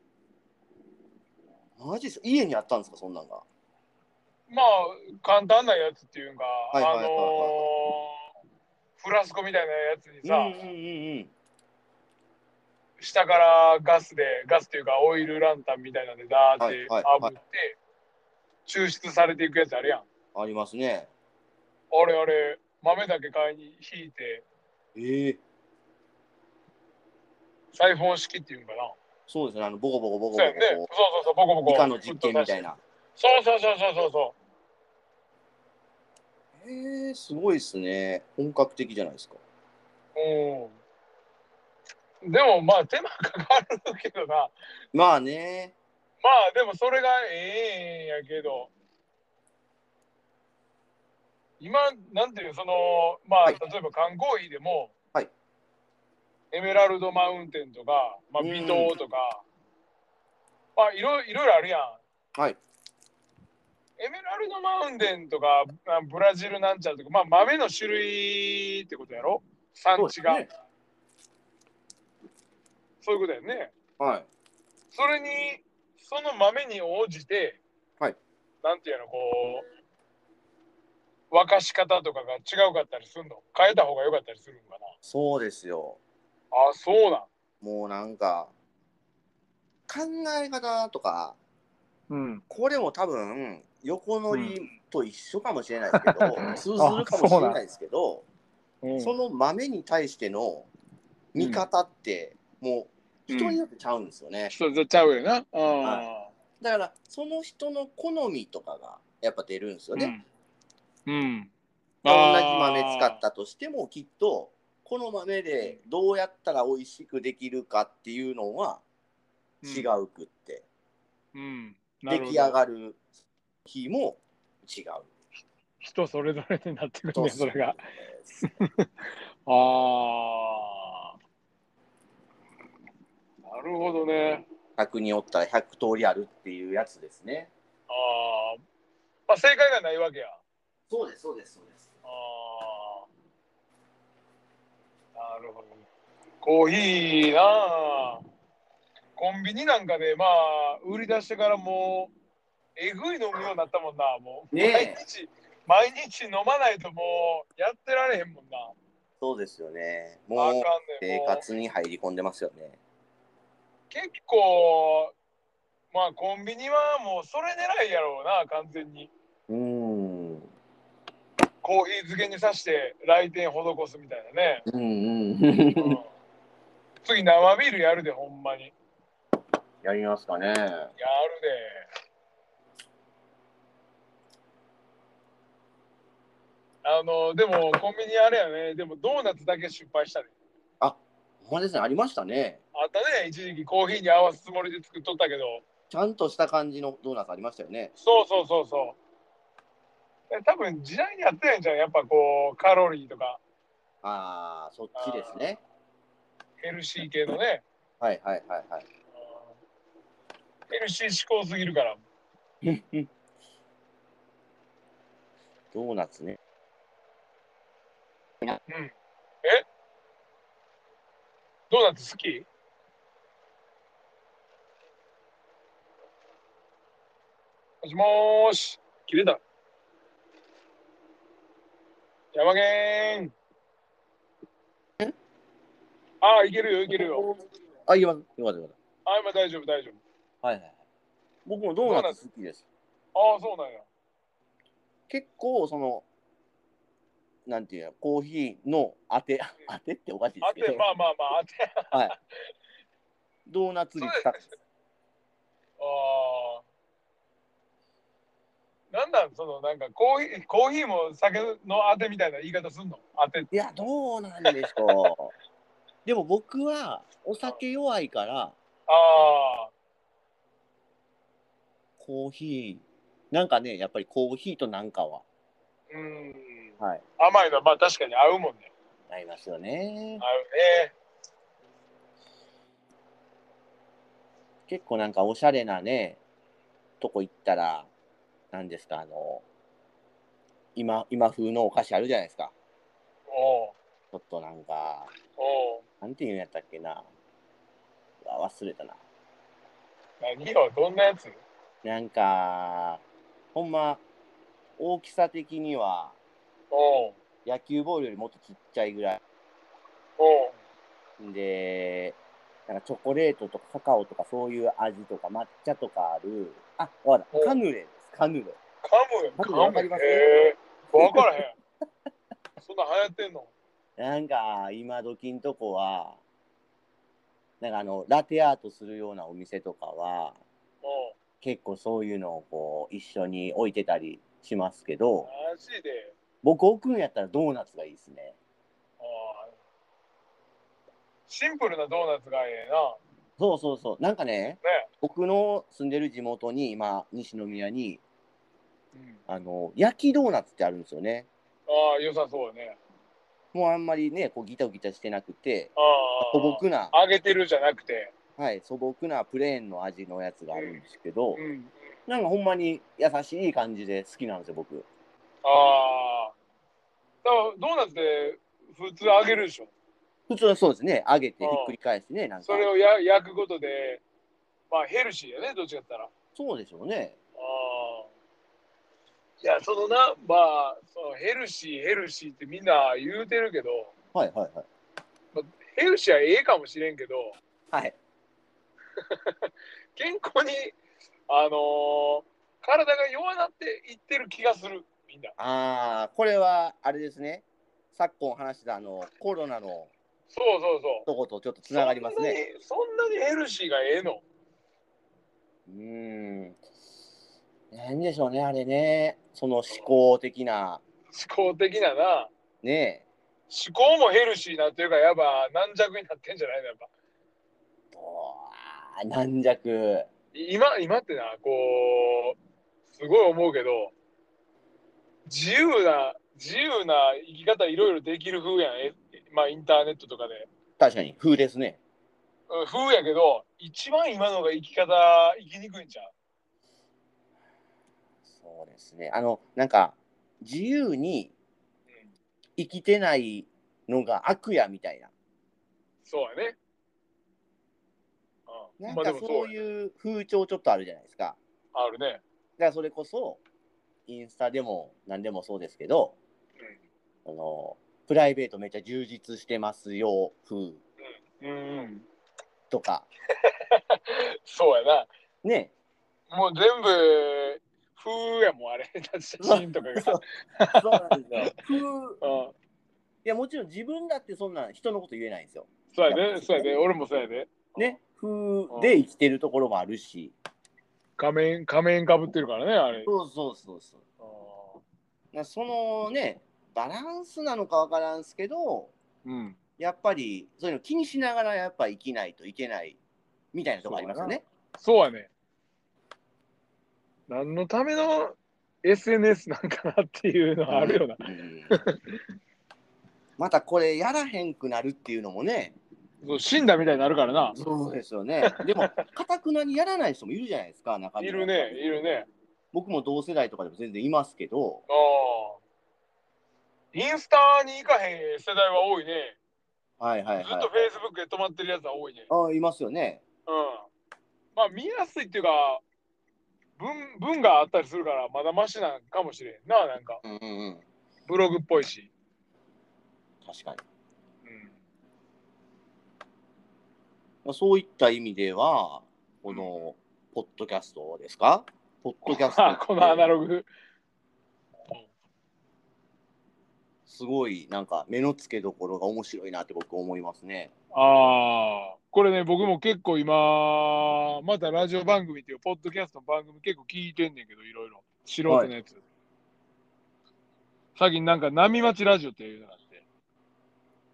[SPEAKER 3] マジっす家にあったんですかそんなんが
[SPEAKER 2] まあ、簡単なやつっていうか、
[SPEAKER 3] はいはいはいはい
[SPEAKER 2] あのーフラスコみたいなやつにさ、
[SPEAKER 3] うんうんうん
[SPEAKER 2] 下からガスで、ガスっていうか、オイルランタンみたいなんで、ダーって
[SPEAKER 3] はいはい
[SPEAKER 2] 炙
[SPEAKER 3] は
[SPEAKER 2] っ
[SPEAKER 3] い
[SPEAKER 2] て、抽出されていくやつあるやん。
[SPEAKER 3] うんありますね
[SPEAKER 2] あれあれ、豆だけ買いに引いて、
[SPEAKER 3] ええ
[SPEAKER 2] サイフォン式っていうんかな。
[SPEAKER 3] そうですねあのボコボコボコボ
[SPEAKER 2] そうやね。そう
[SPEAKER 3] コ
[SPEAKER 2] そうそう、ボコボコ。
[SPEAKER 3] 理科の実験みたい
[SPEAKER 2] な。
[SPEAKER 3] な
[SPEAKER 2] そうそうそうそうそうそ
[SPEAKER 3] えー、すごいですね。本格的じゃないですか。
[SPEAKER 2] う。うん。でもまあ手間かかるけどな。
[SPEAKER 3] まあね。
[SPEAKER 2] まあでもそれがええんやけど。今、なんていうのその、まあ、
[SPEAKER 3] はい
[SPEAKER 2] 例えば缶コーヒーでも、
[SPEAKER 3] はい
[SPEAKER 2] エメラルドマウンテンとか、まあ、
[SPEAKER 3] うん
[SPEAKER 2] 微糖とか、まあいろ、いろいろあるやん。
[SPEAKER 3] はい。
[SPEAKER 2] エメラルドマウンテンとか、あブラジルなんちゃらとか、まあ、豆の種類ってことやろ産地が。
[SPEAKER 3] そ
[SPEAKER 2] そう,、
[SPEAKER 3] うですね
[SPEAKER 2] いうことやんね。
[SPEAKER 3] はい。
[SPEAKER 2] それに、その豆に応じて、
[SPEAKER 3] はい
[SPEAKER 2] なんていうの、こう、沸かし方とかが違うかったりするの変えた方が良かったりするんかな
[SPEAKER 3] そうですよ。
[SPEAKER 2] あ、そうなん。
[SPEAKER 3] もうなんか、考え方とか、
[SPEAKER 2] うん。
[SPEAKER 3] これも多分、横乗りと一緒かもしれないですけど、 通ずるかもしれないですけど、
[SPEAKER 2] うん、
[SPEAKER 3] その豆に対しての見方って、もう人によってちゃうんですよね。
[SPEAKER 2] そうそうちゃうよな。あー
[SPEAKER 3] はだから、その人の好みとかがやっぱ出るんですよね。
[SPEAKER 2] うん。うん。
[SPEAKER 3] 同じ豆使ったとしてもきっとこの豆でどうやったら美味しくできるかっていうのは
[SPEAKER 2] うん
[SPEAKER 3] 違うくって、
[SPEAKER 2] あー。うん。
[SPEAKER 3] 出来上
[SPEAKER 2] るほど。
[SPEAKER 3] がる日も違う。
[SPEAKER 2] 人それぞれになってくるね、それが。
[SPEAKER 3] そう
[SPEAKER 2] ああ。なるほどね。
[SPEAKER 3] 100におったら100通りあるっていうやつですね。
[SPEAKER 2] ああ。まあ、正解がないわけや。
[SPEAKER 3] そうですそうですそうです。
[SPEAKER 2] ああ。なるほど。コーヒーなあ。コンビニなんかで、まあ、売り出してからもう、えぐい飲むようになったもんな、もう。
[SPEAKER 3] ねえ
[SPEAKER 2] 毎日、毎日飲まないともう、やってられへんもんな。
[SPEAKER 3] そうですよね。
[SPEAKER 2] あかんね。
[SPEAKER 3] もうん生
[SPEAKER 2] もう
[SPEAKER 3] 活に入り込んでますよね。
[SPEAKER 2] 結構まあコンビニはもうそれ狙いやろうな完全に
[SPEAKER 3] うーん。
[SPEAKER 2] コーヒー漬けにさして来店施すみたいな ね、
[SPEAKER 3] う
[SPEAKER 2] う
[SPEAKER 3] んうん。
[SPEAKER 2] ん次生ビールやるでほんまにやる
[SPEAKER 3] やりますかね。
[SPEAKER 2] であのでもコンビニあれやねでもドーナツだけ失敗したね
[SPEAKER 3] ほんまですねありましたね。
[SPEAKER 2] あったね一時期コーヒーに合わすつもりで作っとったけど
[SPEAKER 3] ちゃんとした感じのドーナツありましたよね。
[SPEAKER 2] そうそうそうそう。え多分時代に合ってないんじゃん。やっぱこう、カロリーとか、
[SPEAKER 3] ああ、そっちですね。
[SPEAKER 2] ヘルシー系のね、
[SPEAKER 3] はいはいはいはい。
[SPEAKER 2] ヘルシー志向すぎるから。
[SPEAKER 3] ドーナツね。
[SPEAKER 4] な
[SPEAKER 2] ドーナツ好きもしもーし、切れた。山源
[SPEAKER 4] ん
[SPEAKER 2] ああ、いけるよ、いけるよ。
[SPEAKER 3] あ、今、今だ、今だ。
[SPEAKER 2] ああ、今大丈夫、大丈
[SPEAKER 3] はいはい。僕もドーナツ好きです。
[SPEAKER 2] 夫。ああ、そうなんや。
[SPEAKER 3] 結構、その、なんていうの、コーヒーの当て、 当てっておかしいです
[SPEAKER 2] あ
[SPEAKER 3] け
[SPEAKER 2] て、
[SPEAKER 3] ど、
[SPEAKER 2] まあまあまあ、あて。
[SPEAKER 3] ドーナツ率高いです。
[SPEAKER 2] ああ。なんなん、その、なんか、コーヒー、コーヒーも酒のあてみたいな言い方すんのあて。
[SPEAKER 3] いや、どうなんでしょう。 でも僕はお酒弱いから、
[SPEAKER 2] ああ。
[SPEAKER 3] コーヒー、なんかね、やっぱりコーヒーとなんかは、
[SPEAKER 2] うん。
[SPEAKER 3] はい、
[SPEAKER 2] 甘いのは、まあ確かに合うもんね。
[SPEAKER 3] ありますよね。
[SPEAKER 2] 合うね。
[SPEAKER 3] 結構なんかおしゃれなね、とこ行ったら、なんですか、あの、今、今風のお菓子あるじゃないですか。
[SPEAKER 2] おう
[SPEAKER 3] ちょっとなんか、
[SPEAKER 2] おう
[SPEAKER 3] なんていうんやったっけな。うわ忘れたな。
[SPEAKER 2] 何よ、どんなやつ
[SPEAKER 3] なんか、ほんま、大きさ的には
[SPEAKER 2] おう
[SPEAKER 3] 野球ボールよりもっとちっちゃいぐらい。
[SPEAKER 2] おう
[SPEAKER 3] で、なんかチョコレートとかカカオとかそういう味とか抹茶とかある。あ、わかっ
[SPEAKER 2] お
[SPEAKER 3] た。カヌレです。カヌレ。
[SPEAKER 2] 噛むよ、
[SPEAKER 3] わか
[SPEAKER 2] 噛む
[SPEAKER 3] り
[SPEAKER 2] よ
[SPEAKER 3] ま。す
[SPEAKER 2] ええわからへん。 そんな流行ってんの
[SPEAKER 3] なんか今時んとこは、なんかあの、ラテアートするようなお店とかは、
[SPEAKER 2] おう
[SPEAKER 3] 結構そういうのをこう一緒に置いてたりしますけど、
[SPEAKER 2] マジで。
[SPEAKER 3] 僕置くんやったらドーナツがいいですね。
[SPEAKER 2] ああシンプルなドーナツがええな。
[SPEAKER 3] そうそうそう。なんかね、
[SPEAKER 2] ね
[SPEAKER 3] 僕の住んでる地元に、今、西宮に、
[SPEAKER 2] うん、
[SPEAKER 3] あの、焼きドーナツってあるんですよね。
[SPEAKER 2] ああ、良さそうやね。
[SPEAKER 3] もうあんまりね、こうギタギタしてなくて、
[SPEAKER 2] あ
[SPEAKER 3] 素朴な、
[SPEAKER 2] あ、揚げてるじゃなくて。
[SPEAKER 3] はい、素朴なプレーンの味のやつがあるんですけど
[SPEAKER 2] う、ん。
[SPEAKER 3] なんかほんまに優しい感じで好きなんですよ、僕。
[SPEAKER 2] ああ。だからドーナツで普通揚げるでしょ。
[SPEAKER 3] 普通はそうですね、揚げて
[SPEAKER 2] う
[SPEAKER 3] ひ
[SPEAKER 2] ん
[SPEAKER 3] っくり返してね、なん
[SPEAKER 2] そ
[SPEAKER 3] か。
[SPEAKER 2] れをや焼くことで、まあヘルシーやね、どっちかって言ったら。
[SPEAKER 3] そうでしょうね。
[SPEAKER 2] ああ。いや、そのな、まあ、そのヘルシー、ヘルシーってみんな言うてるけど、
[SPEAKER 3] はいはいはい。
[SPEAKER 2] ヘルシーはええかもしれんけど、
[SPEAKER 3] はい。
[SPEAKER 2] 健康に、あのー体が弱なっていってる気がする、みんな。
[SPEAKER 3] あー、これはあれですね、昨今話したあの、コロナの
[SPEAKER 2] そうそうそう。
[SPEAKER 3] とことちょっとつながりますね。
[SPEAKER 2] そんなに。そんなにヘルシーがええの。
[SPEAKER 3] うーん。なんでしょうね、あれね。その思考的な、
[SPEAKER 2] 思考的なな。
[SPEAKER 3] ね
[SPEAKER 2] 思考もヘルシーなっていうか、やっぱ軟弱になってんじゃないの、やっぱ。
[SPEAKER 3] え。うわー軟弱。
[SPEAKER 2] 今、今ってな、こう、すごい思うけど、自由な、自由な生き方いろいろできる風やん。えまあ、インターネットとかで。
[SPEAKER 3] 確かに、風ですね。
[SPEAKER 2] うん風やけど、一番今のが生き方、生きにくいんちゃう
[SPEAKER 3] そうですね。あの、なんか、自由に生きてないのが悪やみたいな。
[SPEAKER 2] そうやね。う、
[SPEAKER 3] なんん
[SPEAKER 2] まあで
[SPEAKER 3] か
[SPEAKER 2] も
[SPEAKER 3] そ
[SPEAKER 2] そううや
[SPEAKER 3] いう風潮ちょっとあるじゃないですか。
[SPEAKER 2] あるね。
[SPEAKER 3] だからそれこそ、インスタでも何でもそうですけど、あの、プライベートめっちゃ充実してますよ、風
[SPEAKER 2] うん、うん、
[SPEAKER 3] とか、
[SPEAKER 2] そうやな。
[SPEAKER 3] ね。
[SPEAKER 2] もう全部風やもんあれ 写真とかが。
[SPEAKER 3] そうそうなんですよ。風
[SPEAKER 2] うん、
[SPEAKER 3] いや、もちろん自分だってそんな人のこと言えないんですよ。
[SPEAKER 2] そうやね、そうやね、俺もそうやね。
[SPEAKER 3] ね。風で生きてるところもあるし。
[SPEAKER 2] 仮面、仮面かぶってるからね、あれ。
[SPEAKER 3] そうそうそうそう。なそのね、バランスなのかわからんすけど、
[SPEAKER 2] うん、
[SPEAKER 3] やっぱりそういうの気にしながらやっぱ生きないといけないみたいなとこありますよね。
[SPEAKER 2] そうやね。何のための SNS なんかなっていうのはあるよな。
[SPEAKER 3] うんまたこれやらへんくなるっていうのもね、
[SPEAKER 2] そう死んだみたいになるからな。
[SPEAKER 3] そうですよね。でも、かたくなにやらない人もいるじゃないですか、中に
[SPEAKER 2] い
[SPEAKER 3] は
[SPEAKER 2] るね、いるね。
[SPEAKER 3] 僕も同世代とかでも全然いますけど、
[SPEAKER 2] あインスタに行かへん世代は多いね。
[SPEAKER 3] はいはい
[SPEAKER 2] ず
[SPEAKER 3] は
[SPEAKER 2] っ
[SPEAKER 3] い。
[SPEAKER 2] とフェイスブックで止まってるやつは多いね。
[SPEAKER 3] ああ、いますよね。
[SPEAKER 2] うん。まあ見やすいっていうか、文文があったりするから、まだマシなんかもしれんな、なんか。
[SPEAKER 3] うんうんうん。
[SPEAKER 2] ブログっぽいし。
[SPEAKER 3] 確かに。
[SPEAKER 2] うん。
[SPEAKER 3] まあ、そういった意味では、この、ポッドキャストですかポッドキャスト って。
[SPEAKER 2] このアナログ。
[SPEAKER 3] すごい、なんか、目の付けどころが面白いなって僕思いますね。
[SPEAKER 2] ああ、これね、僕も結構今、またラジオ番組っていう、ポッドキャストの番組結構聞いてんねんけど、いろいろ。素人のやつ。最近なんか、波町ラジオっていうのがあって、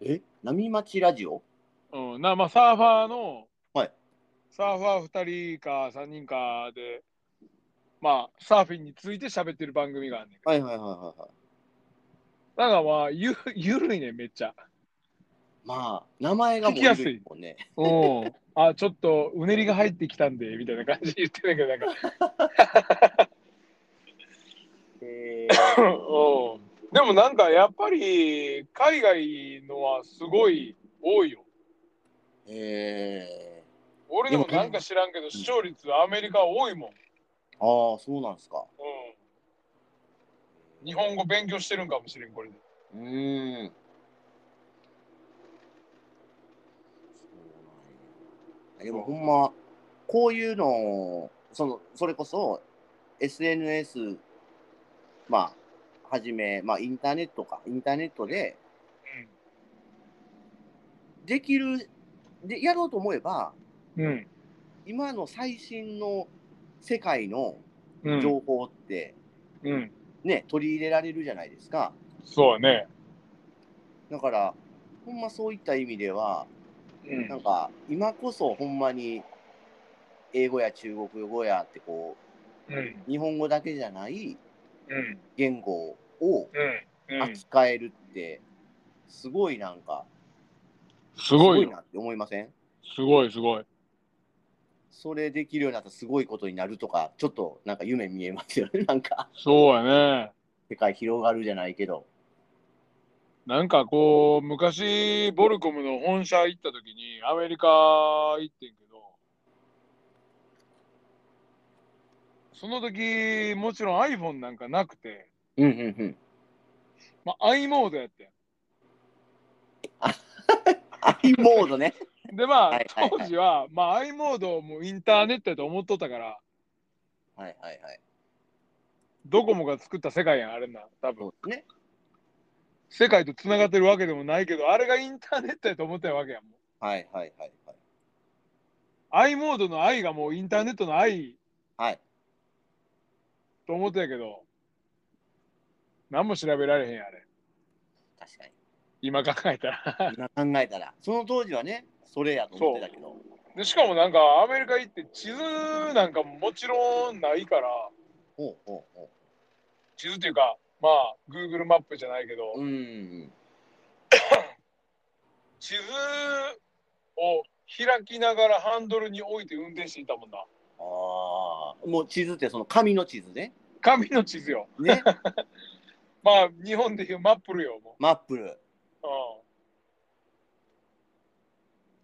[SPEAKER 3] え波町ラジオ
[SPEAKER 2] うん、なまあ、サーファーの、
[SPEAKER 3] はい
[SPEAKER 2] サーファー2人か3人かで、まあ、サーフィンについて喋ってる番組があんねんけど
[SPEAKER 3] はいはいはいはいはい。
[SPEAKER 2] なんかまあ、ゆゆるいねん、めっちゃ。
[SPEAKER 3] まあ、名前がもう
[SPEAKER 2] 聞きやすい
[SPEAKER 3] るもんね。
[SPEAKER 2] うん。あ、ちょっとうねりが入ってきたんで、みたいな感じで言ってるけど、なんか。
[SPEAKER 3] え
[SPEAKER 2] うんでもなんかやっぱり海外のはすごい多いよ。
[SPEAKER 3] ー、え
[SPEAKER 2] 俺でもなんか知らんけど視聴率アメリカ多いもん。
[SPEAKER 3] ー、ああ、そうなんですか。
[SPEAKER 2] うん、日本語勉強してるんかもしれんこれで。
[SPEAKER 3] うーん。でもほんま、こういうのをその、それこそ SNS、まあ、はじめ、まあ、インターネットか、インターネットで、できる、でやろうと思えば、
[SPEAKER 2] うん。
[SPEAKER 3] 今の最新の世界の
[SPEAKER 2] うん。
[SPEAKER 3] 情報って、
[SPEAKER 2] うん。
[SPEAKER 3] ね、取り入れられるじゃないですか。
[SPEAKER 2] そうやね。
[SPEAKER 3] だから、ほんまそういった意味では、
[SPEAKER 2] うん
[SPEAKER 3] なんか今こそほんまに英語や中国語やってこ
[SPEAKER 2] うん。
[SPEAKER 3] う日本語だけじゃない
[SPEAKER 2] うん。
[SPEAKER 3] 言語を
[SPEAKER 2] うん。うん。
[SPEAKER 3] 扱えるってすごいなんか
[SPEAKER 2] すごいよ。
[SPEAKER 3] なって思いません
[SPEAKER 2] すごいすごい。
[SPEAKER 3] それできるようになったらすごいことになるとかちょっとなんか夢見えますよね なんか
[SPEAKER 2] そうやね。
[SPEAKER 3] 世界広がるじゃないけど
[SPEAKER 2] なんかこう昔ボルコムの本社行った時にアメリカ行ってんけどその時もちろん iPhone なんかなくて、
[SPEAKER 3] うんうんうん
[SPEAKER 2] まあ、i モードやって
[SPEAKER 3] イモードね
[SPEAKER 2] んでまあ、
[SPEAKER 3] はいはいはい
[SPEAKER 2] 当時は、まあ、i モードをもうインターネットやと思っとったから
[SPEAKER 3] はいはいはい
[SPEAKER 2] ドコモが作った世界やんあれな多分
[SPEAKER 3] そうね
[SPEAKER 2] 世界とつながってるわけでもないけどあれがインターネットやと思ってたわけやんもう
[SPEAKER 3] はいはいはいはい
[SPEAKER 2] i モードの i がもうインターネットの i
[SPEAKER 3] はい
[SPEAKER 2] と思ってたけど、何も調べられへんやあれ。
[SPEAKER 3] 確かに
[SPEAKER 2] 今考えたら。
[SPEAKER 3] 今考えたらその当時はねそれやと思ってたけど
[SPEAKER 2] でしかもなんかアメリカ行って地図なんかももちろんないから、
[SPEAKER 3] ほうほうほ
[SPEAKER 2] 地図っていうか、まあ Google マップじゃないけど、
[SPEAKER 3] ううん
[SPEAKER 2] 地図を開きながらハンドルに置いて運転していたもんな。
[SPEAKER 3] ああ、もう地図ってその紙の地図 ね。
[SPEAKER 2] 紙の地図よ。
[SPEAKER 3] ね、
[SPEAKER 2] まあ日本でいうマップルよ、も
[SPEAKER 3] マップル。
[SPEAKER 2] う。うん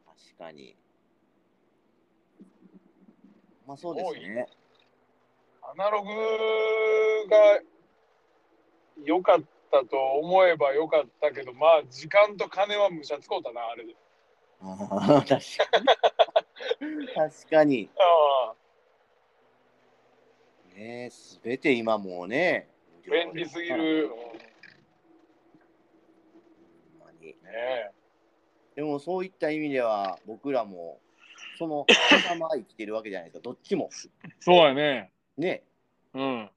[SPEAKER 3] 確かに。まあそうですね。
[SPEAKER 2] アナログが良かったと思えば良かったけど、まあ時間と金はむしゃつこうたな、あれで。
[SPEAKER 3] ああ確かに。確かに。
[SPEAKER 2] ああ、
[SPEAKER 3] ねすべて今もうね。
[SPEAKER 2] 便利すぎ。る。
[SPEAKER 3] ほんまに
[SPEAKER 2] ねえ
[SPEAKER 3] でもそういった意味では僕らもその狭間生きてるわけじゃないですか。どっちも。
[SPEAKER 2] そうやね。
[SPEAKER 3] ね。
[SPEAKER 2] うん。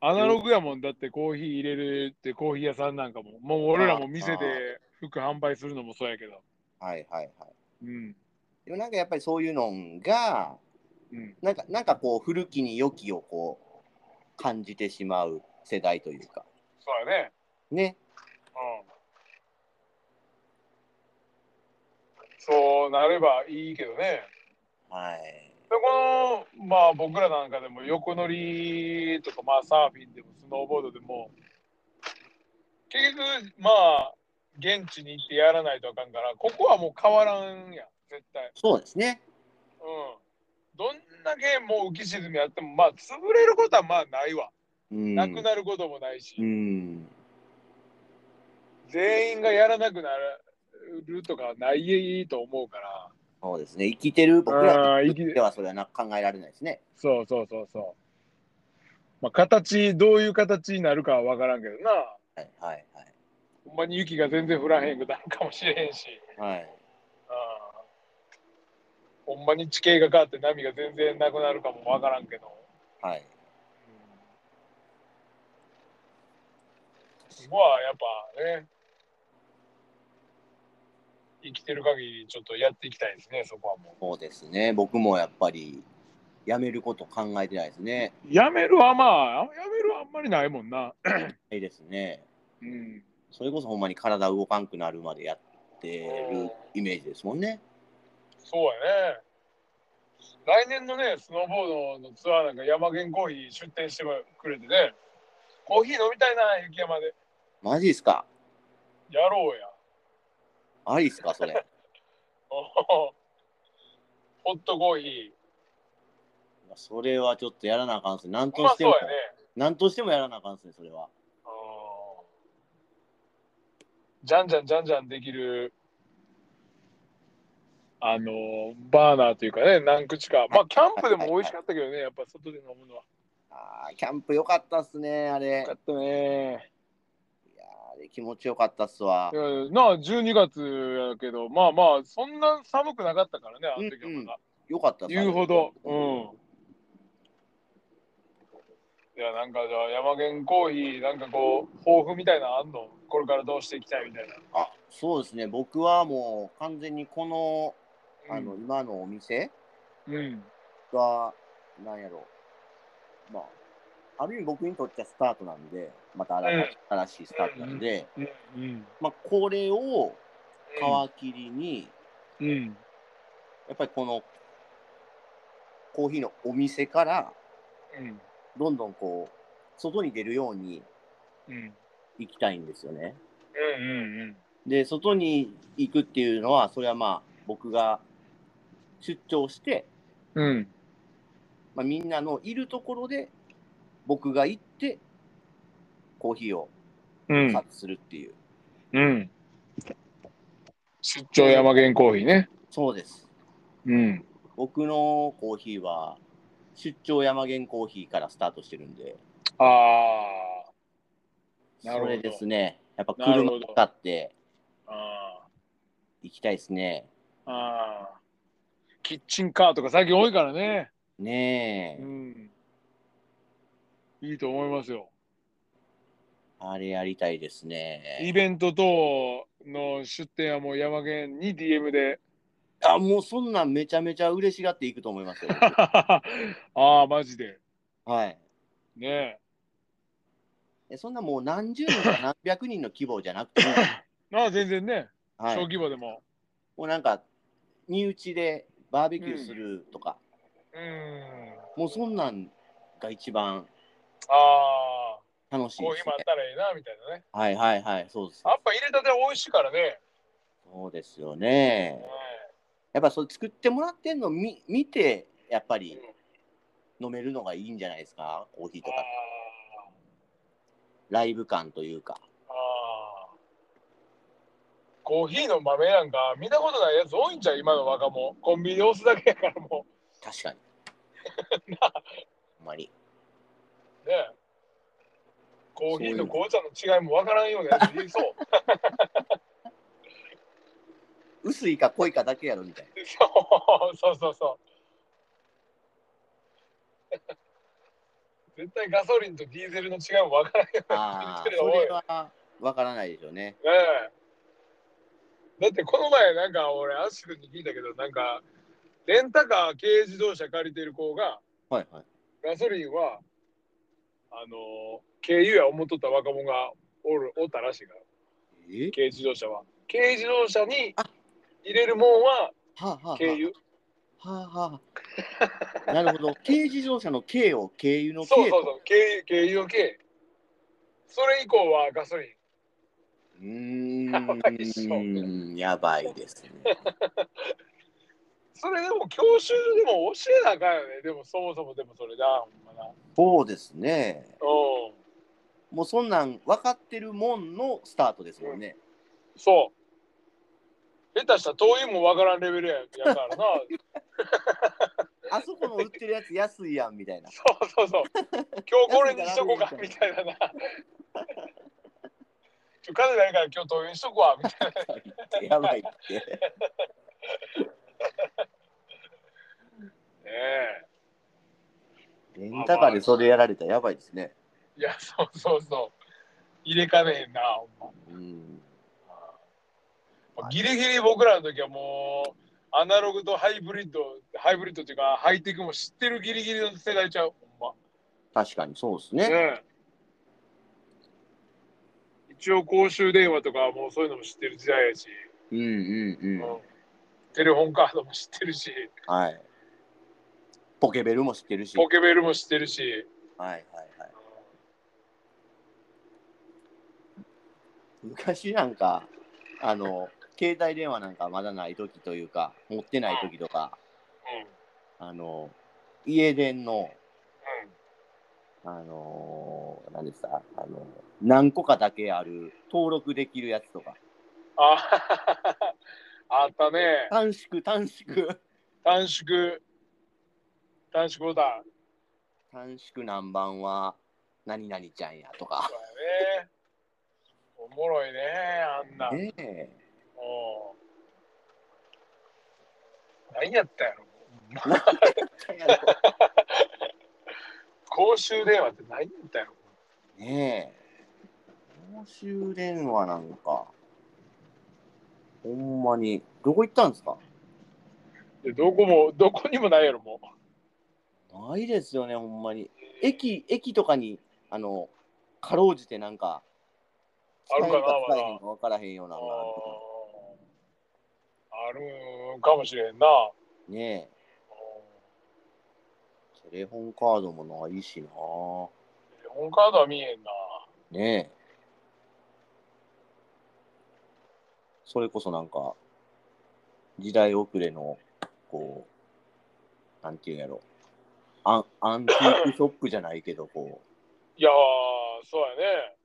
[SPEAKER 2] アナログやもんだってコーヒー入れるってコーヒー屋さんなんかも、もう俺らも店で服販売するのもそうやけど。
[SPEAKER 3] はいはいはい。
[SPEAKER 2] うん。
[SPEAKER 3] でもなんかやっぱりそういうのが
[SPEAKER 2] うん。
[SPEAKER 3] なんか、なんかこう、古きに良きをこう、感じてしまう世代というか、
[SPEAKER 2] そうやね。
[SPEAKER 3] ね。
[SPEAKER 2] うん。そうなればいいけどね。
[SPEAKER 3] はい。
[SPEAKER 2] でこのまあ僕らなんかでも横乗りとかまあサーフィンでもスノーボードでも結局、まあ、現地に行ってやらないとあかんから、ここはもう変わらんやん、絶対。
[SPEAKER 3] そうですね。
[SPEAKER 2] うん。どんだけもう浮き沈みやっても、まあ、潰れることはまあないわ。
[SPEAKER 3] うん。
[SPEAKER 2] なくなることもないし、
[SPEAKER 3] うん。
[SPEAKER 2] 全員がやらなくなるとかはないと思うから。
[SPEAKER 3] そうですね。生きてる僕
[SPEAKER 2] あ
[SPEAKER 3] ら
[SPEAKER 2] ー
[SPEAKER 3] に
[SPEAKER 2] 生
[SPEAKER 3] と
[SPEAKER 2] き
[SPEAKER 3] ってはそれはな考えられないですね。
[SPEAKER 2] そうそうそうそう。まあ、形、どういう形になるかは分からんけどな。
[SPEAKER 3] はいはいはい。
[SPEAKER 2] ほんまに雪が全然降らへんくなるかもしれへんし。
[SPEAKER 3] はい、
[SPEAKER 2] うんほんまに地形が変わって波が全然なくなるかも分からんけど。
[SPEAKER 3] はい、
[SPEAKER 2] そこはやっぱね、生きてる限りちょっとやっていきたいですね、そこはも
[SPEAKER 3] そうですね。僕もやっぱりやめること考えてないですね。
[SPEAKER 2] う。やめるはまあ、やめるはあんまりないもんな。
[SPEAKER 3] いいですね。
[SPEAKER 2] うん。
[SPEAKER 3] それこそほんまに体動かんくなるまでやってるイメージですもんね。
[SPEAKER 2] そうやね。来年のね、スノーボードのツアーなんか山源コーヒー出店してくれてね、コーヒー飲みたいな、雪山で。
[SPEAKER 3] マジですか
[SPEAKER 2] やろうや。
[SPEAKER 3] ありですかそれ。
[SPEAKER 2] おホットコーヒ
[SPEAKER 3] それはちょっとやらなあかんっすね。な
[SPEAKER 2] ー。
[SPEAKER 3] ん
[SPEAKER 2] う
[SPEAKER 3] と
[SPEAKER 2] ま
[SPEAKER 3] し
[SPEAKER 2] そ
[SPEAKER 3] て
[SPEAKER 2] う
[SPEAKER 3] も、
[SPEAKER 2] やね。
[SPEAKER 3] なんとしてもやらなあかんっすね、それは。
[SPEAKER 2] うんじゃんじゃんじゃんじゃんできる、あのバーナーというかね、何口か。まあ、キャンプでも美味しかったけどね、やっぱ外で飲むのは。
[SPEAKER 3] あーキャンプよかったっすね、あれ。い
[SPEAKER 2] よか
[SPEAKER 3] や
[SPEAKER 2] ったね。
[SPEAKER 3] ーあれ気持ちよかったっすわ
[SPEAKER 2] い。やなあ12月やけどまあまあそんな寒くなかったからねあの時はまだ、
[SPEAKER 3] よかったっす
[SPEAKER 2] 言うほどうんいやなんかじゃあ山源コーヒーなんかこう抱負みたいなのあんのこれからどうしていきたいみたいな、
[SPEAKER 3] あそうですね、僕はもう完全にこのあの
[SPEAKER 2] うん
[SPEAKER 3] 今のお店
[SPEAKER 2] うん
[SPEAKER 3] が、なんやろう、まあ、ある意味僕にとってはスタートなんで、また新しい,、新しいスタートなんで、
[SPEAKER 2] うんうん
[SPEAKER 3] まあ、これを皮切りに、
[SPEAKER 2] うん
[SPEAKER 3] やっぱりこのコーヒーのお店から、
[SPEAKER 2] うん
[SPEAKER 3] どんどんこう、外に出るように
[SPEAKER 2] うん
[SPEAKER 3] 行きたいんですよね。
[SPEAKER 2] うんうん
[SPEAKER 3] で、外に行くっていうのは、それはまあ、僕が出張して、
[SPEAKER 2] うん
[SPEAKER 3] まあ、みんなのいるところで僕が行ってコーヒーを
[SPEAKER 2] うん
[SPEAKER 3] カップするっていう、
[SPEAKER 2] うん出張山源コーヒーね
[SPEAKER 3] そうです
[SPEAKER 2] うん
[SPEAKER 3] 僕のコーヒーは出張山源コーヒーからスタートしてるんで
[SPEAKER 2] ああなるほ
[SPEAKER 3] そ
[SPEAKER 2] ど
[SPEAKER 3] れですねやっぱ
[SPEAKER 2] なる
[SPEAKER 3] 車
[SPEAKER 2] ほど
[SPEAKER 3] 使って
[SPEAKER 2] ああ
[SPEAKER 3] 行きたいですね
[SPEAKER 2] ああ。キッチンカーとか最近多いからね。
[SPEAKER 3] ねえ、
[SPEAKER 2] うん。いいと思いますよ。
[SPEAKER 3] あれやりたいですね
[SPEAKER 2] イベント等の出店はもう山源に DM で。
[SPEAKER 3] あもうそんなんめちゃめちゃ嬉しがっていくと思 いますよ
[SPEAKER 2] ああ、マジで。
[SPEAKER 3] はい
[SPEAKER 2] ね
[SPEAKER 3] えそんなもう何十人か何百人の規模じゃなく て、
[SPEAKER 2] え。ああ、全然ね。
[SPEAKER 3] はい、
[SPEAKER 2] 小規模でも。
[SPEAKER 3] もうなんか身内でバーベキューするとか、
[SPEAKER 2] うん。
[SPEAKER 3] もうそんなんが一番
[SPEAKER 2] ああ。
[SPEAKER 3] 楽しい
[SPEAKER 2] コー
[SPEAKER 3] で
[SPEAKER 2] ヒ
[SPEAKER 3] す
[SPEAKER 2] ーもあっ
[SPEAKER 3] ね。
[SPEAKER 2] たらいいな、みたいなね。
[SPEAKER 3] はいはいはい、そうです。
[SPEAKER 2] やっぱ入れたて美味しいからね。
[SPEAKER 3] そうですよね
[SPEAKER 2] うん。
[SPEAKER 3] やっぱそれ作ってもらってんの見見て、やっぱり飲めるのがいいんじゃないですか、コーヒーと
[SPEAKER 2] あ
[SPEAKER 3] か。ライブ感というか。
[SPEAKER 2] あ。ああ。コーヒーの豆なんか見たことないやつ多いんじゃう今の若者。コンビニで押すだけやからもう。
[SPEAKER 3] 確 かに。ほんまに。
[SPEAKER 2] ねえコーヒーと紅茶の違いもわからんようなやついそう。
[SPEAKER 3] 薄いか濃いかだけやろみたいな。
[SPEAKER 2] そうそうそう。絶対ガソリンとディーゼルの違いもわからん よ
[SPEAKER 3] ああ、
[SPEAKER 2] 見てる
[SPEAKER 3] そ
[SPEAKER 2] の多い
[SPEAKER 3] れはわからないでしょうね。
[SPEAKER 2] ねえ。だってこの前なんか俺アッシュ君に聞いたけどなんかレンタカー軽自動車借りてる子が
[SPEAKER 3] はいはい。
[SPEAKER 2] ガソリンはあの軽油や思っとった若者がおるおったらしいから。
[SPEAKER 3] え
[SPEAKER 2] 軽自動車は。軽自動車に
[SPEAKER 3] あ
[SPEAKER 2] 入れるもんは
[SPEAKER 3] はあ、はあはあ
[SPEAKER 2] 軽油。
[SPEAKER 3] はあはあ。なる ほど。軽自動車の軽を軽油の
[SPEAKER 2] そ
[SPEAKER 3] 軽
[SPEAKER 2] う
[SPEAKER 3] と
[SPEAKER 2] そうそう、軽油、軽油の軽。それ以降はガソリン。
[SPEAKER 3] うー
[SPEAKER 2] やばいっしょ
[SPEAKER 3] ん、やばいですね。
[SPEAKER 2] それでも教習所でも教えなあかんよね。でもそもそもでもそれだ、ほんまな。
[SPEAKER 3] そうですね。
[SPEAKER 2] うん。
[SPEAKER 3] もうそんなん分かってるもんのスタートですもんね。
[SPEAKER 2] そう。下手したら灯油もわからんレベルややからな。
[SPEAKER 3] あそこの売ってるやつ安いやん みたいな。
[SPEAKER 2] そうそうそう。今日これにしとこうかみたいなな。ちょ風ないから今日灯油にしとこわみたいな。
[SPEAKER 3] やばいって。
[SPEAKER 2] ねえ
[SPEAKER 3] レンタカーでそれやられたらやばいですね。
[SPEAKER 2] いや、そうそうそう。入れかねえな、ほんま。
[SPEAKER 3] うん。
[SPEAKER 2] ギリギリ僕らの時はもうアナログとハイブリッドハイブリッドっていうかハイテクも知ってるギリギリの世代ちゃうほん
[SPEAKER 3] 確かにそうです
[SPEAKER 2] ま
[SPEAKER 3] ね。
[SPEAKER 2] ねえ一応公衆電話とかもうそういうのも知ってる時代やし、
[SPEAKER 3] うんうんうん。
[SPEAKER 2] テレホンカードも知ってるし
[SPEAKER 3] はい。ポケベルも知ってるし。は
[SPEAKER 2] ポ
[SPEAKER 3] い
[SPEAKER 2] ケベルも知ってるし
[SPEAKER 3] はいはい。昔なんか、あの、携帯電話なんかまだない時というか、持ってない時とか、あの、家電の、あのー、何ですか、あの、何個かだけある、登録できるやつとか、
[SPEAKER 2] あ あったね
[SPEAKER 3] 短縮、短縮、
[SPEAKER 2] 短縮短縮ボタン
[SPEAKER 3] 短縮何番は、何々ちゃんやとか。
[SPEAKER 2] そうやねおもろいねあんな、
[SPEAKER 3] ねえ。
[SPEAKER 2] お何やったんやろ公衆電話って何やったんやろ
[SPEAKER 3] ねえ。公衆電話なんか、ほんまに、どこ行ったんですか
[SPEAKER 2] でどこもどこにもないやろもう
[SPEAKER 3] ないですよね、ほんまに。駅、駅とかに、あの、かろうじてなんか、
[SPEAKER 2] あるかな
[SPEAKER 3] 使え使えへんか分からへんような
[SPEAKER 2] あ
[SPEAKER 3] のがあるとか
[SPEAKER 2] ーあるんかもしれんな
[SPEAKER 3] ねえ、テレホンカードもないしな。
[SPEAKER 2] テレホンカードは見えんな
[SPEAKER 3] ねえ。それこそなんか、時代遅れの、こう、なんていうんやろ。アンアンティークショップじゃないけど、こ
[SPEAKER 2] いやーそうやね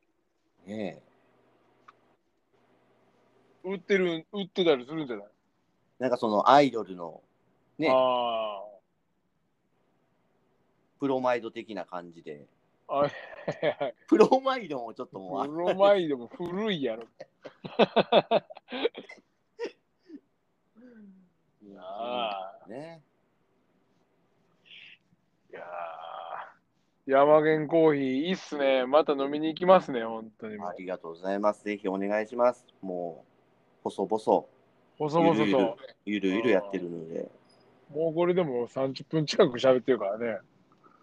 [SPEAKER 3] う、ね
[SPEAKER 2] 売ってる売ってたりするんじゃない
[SPEAKER 3] え。なんかそのアイドルのね
[SPEAKER 2] あ
[SPEAKER 3] プロマイド的な感じで、
[SPEAKER 2] ああ
[SPEAKER 3] プロマイドもちょっともうあ
[SPEAKER 2] プ、ロマイドも古いやろあ
[SPEAKER 3] ね。
[SPEAKER 2] いやー山源コーヒーいいっすねまた飲みに行きますね本当にもう
[SPEAKER 3] ありがとうございます。ぜひお願いします。もう、細々、
[SPEAKER 2] 細々
[SPEAKER 3] ゆるゆる
[SPEAKER 2] と
[SPEAKER 3] ゆるゆるやってるので、
[SPEAKER 2] もうこれでも30分近く喋ってるからね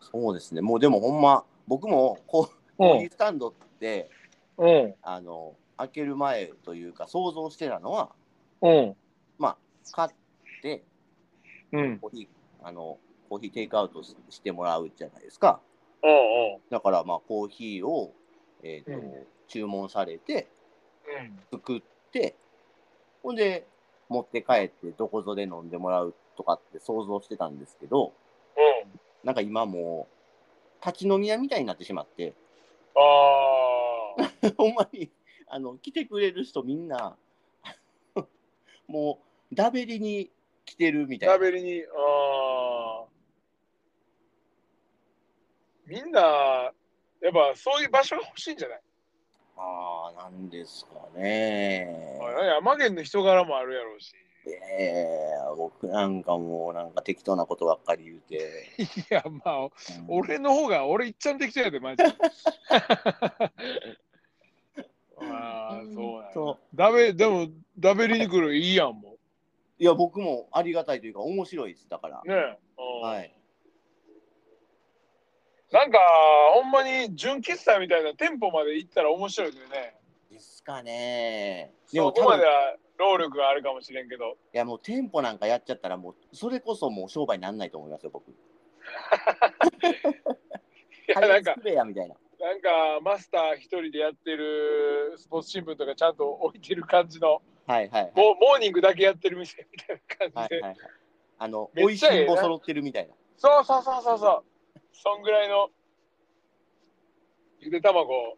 [SPEAKER 3] そうですね。もうでもほんま、僕もこう、コーヒースタンドって、
[SPEAKER 2] うんうん
[SPEAKER 3] あの開ける前というか想像してたのは
[SPEAKER 2] うん
[SPEAKER 3] 買って
[SPEAKER 2] うんうん
[SPEAKER 3] コーヒーあのコーヒーテイクアウトししてもらうじゃないですか
[SPEAKER 2] うん
[SPEAKER 3] だからまあコーヒーを、えーと
[SPEAKER 2] う
[SPEAKER 3] 注文されて
[SPEAKER 2] うん
[SPEAKER 3] 作ってほんで持って帰ってどこぞで飲んでもらうとかって想像してたんですけど
[SPEAKER 2] うん
[SPEAKER 3] なんか今もう立ち飲み屋みたいになってしまって
[SPEAKER 2] あー
[SPEAKER 3] ほんまにあの来てくれる人みんな もうダベリに来てるみたいな。
[SPEAKER 2] 喋りにあーみんなやっぱそういう場所が欲しいんじゃない、
[SPEAKER 3] ああ、なんですかね。
[SPEAKER 2] 山源の人柄もあるやろうし
[SPEAKER 3] えー、僕なんかもうなんか適当なことばっかり言うて。
[SPEAKER 2] いやまあ俺の方が俺いっちゃんできちゃうでマジで。ああそうや
[SPEAKER 3] そ
[SPEAKER 2] な。ダメでもダベリに来るいいやんも
[SPEAKER 3] いや、僕もありがたいというか面白いです。だから
[SPEAKER 2] う。。ねえ。うん
[SPEAKER 3] はい。
[SPEAKER 2] なんかほんまに純喫茶みたいな店舗まで行ったら面白いけどね。
[SPEAKER 3] ですかね。で
[SPEAKER 2] そ
[SPEAKER 3] も
[SPEAKER 2] こ
[SPEAKER 3] 多
[SPEAKER 2] ま
[SPEAKER 3] 分、
[SPEAKER 2] で
[SPEAKER 3] い
[SPEAKER 2] は労力があるかもしれんけど。
[SPEAKER 3] やもう店舗なんかやっちゃったらもう、それこそもう商売にならないと思いますよ、僕。
[SPEAKER 2] いやなんか
[SPEAKER 3] スレやみたいな。
[SPEAKER 2] なんかマスター一人でやってるスポーツ新聞とかちゃんと置いてる感じの、
[SPEAKER 3] はいはい
[SPEAKER 2] もうモーニングだけやってる店みたいな感
[SPEAKER 3] は
[SPEAKER 2] じ
[SPEAKER 3] い
[SPEAKER 2] で、
[SPEAKER 3] はいはい。あの、美
[SPEAKER 2] めっ
[SPEAKER 3] 味し
[SPEAKER 2] ちゃええ
[SPEAKER 3] い
[SPEAKER 2] な
[SPEAKER 3] も揃ってるみたいな。
[SPEAKER 2] そうそうそうそうそうそんぐらいのゆで卵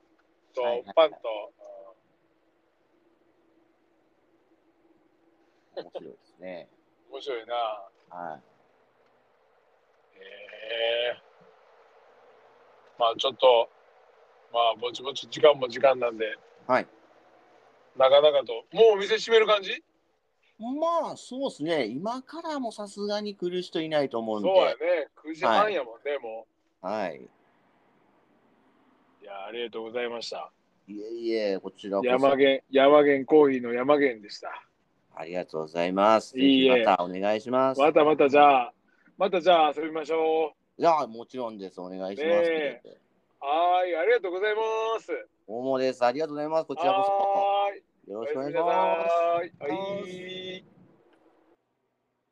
[SPEAKER 2] と
[SPEAKER 3] はいはい
[SPEAKER 2] パンと、
[SPEAKER 3] 面白いですね。
[SPEAKER 2] 面白いな
[SPEAKER 3] は
[SPEAKER 2] ええまあちょっとまあぼちぼち時間も時間なんで
[SPEAKER 3] い。はい。
[SPEAKER 2] なかなかともうお店閉める感じ
[SPEAKER 3] まあ、そうですね。今からもさすがに来る人いないと思うんで。
[SPEAKER 2] そうやね9時半やもんね、も
[SPEAKER 3] はい。
[SPEAKER 2] ういやありがとうございました
[SPEAKER 3] いえいえ、こちらこ
[SPEAKER 2] 山
[SPEAKER 3] そ。
[SPEAKER 2] 源山源コーヒーの山源でした
[SPEAKER 3] ありがとうございます。
[SPEAKER 2] いいえ
[SPEAKER 3] ぜひまたお願いします。
[SPEAKER 2] またまたじゃあまたじゃあ遊びましょ
[SPEAKER 3] いや、もちろんです。お願いします。
[SPEAKER 2] ねうはーいありがとうございます
[SPEAKER 3] 大物です。ありがとうございます。こちらこ
[SPEAKER 2] はーい
[SPEAKER 3] そ。よろ
[SPEAKER 2] お
[SPEAKER 3] しくお
[SPEAKER 2] や
[SPEAKER 3] 願
[SPEAKER 2] すみ
[SPEAKER 3] いし
[SPEAKER 2] なさ
[SPEAKER 3] ます。
[SPEAKER 2] ーいはい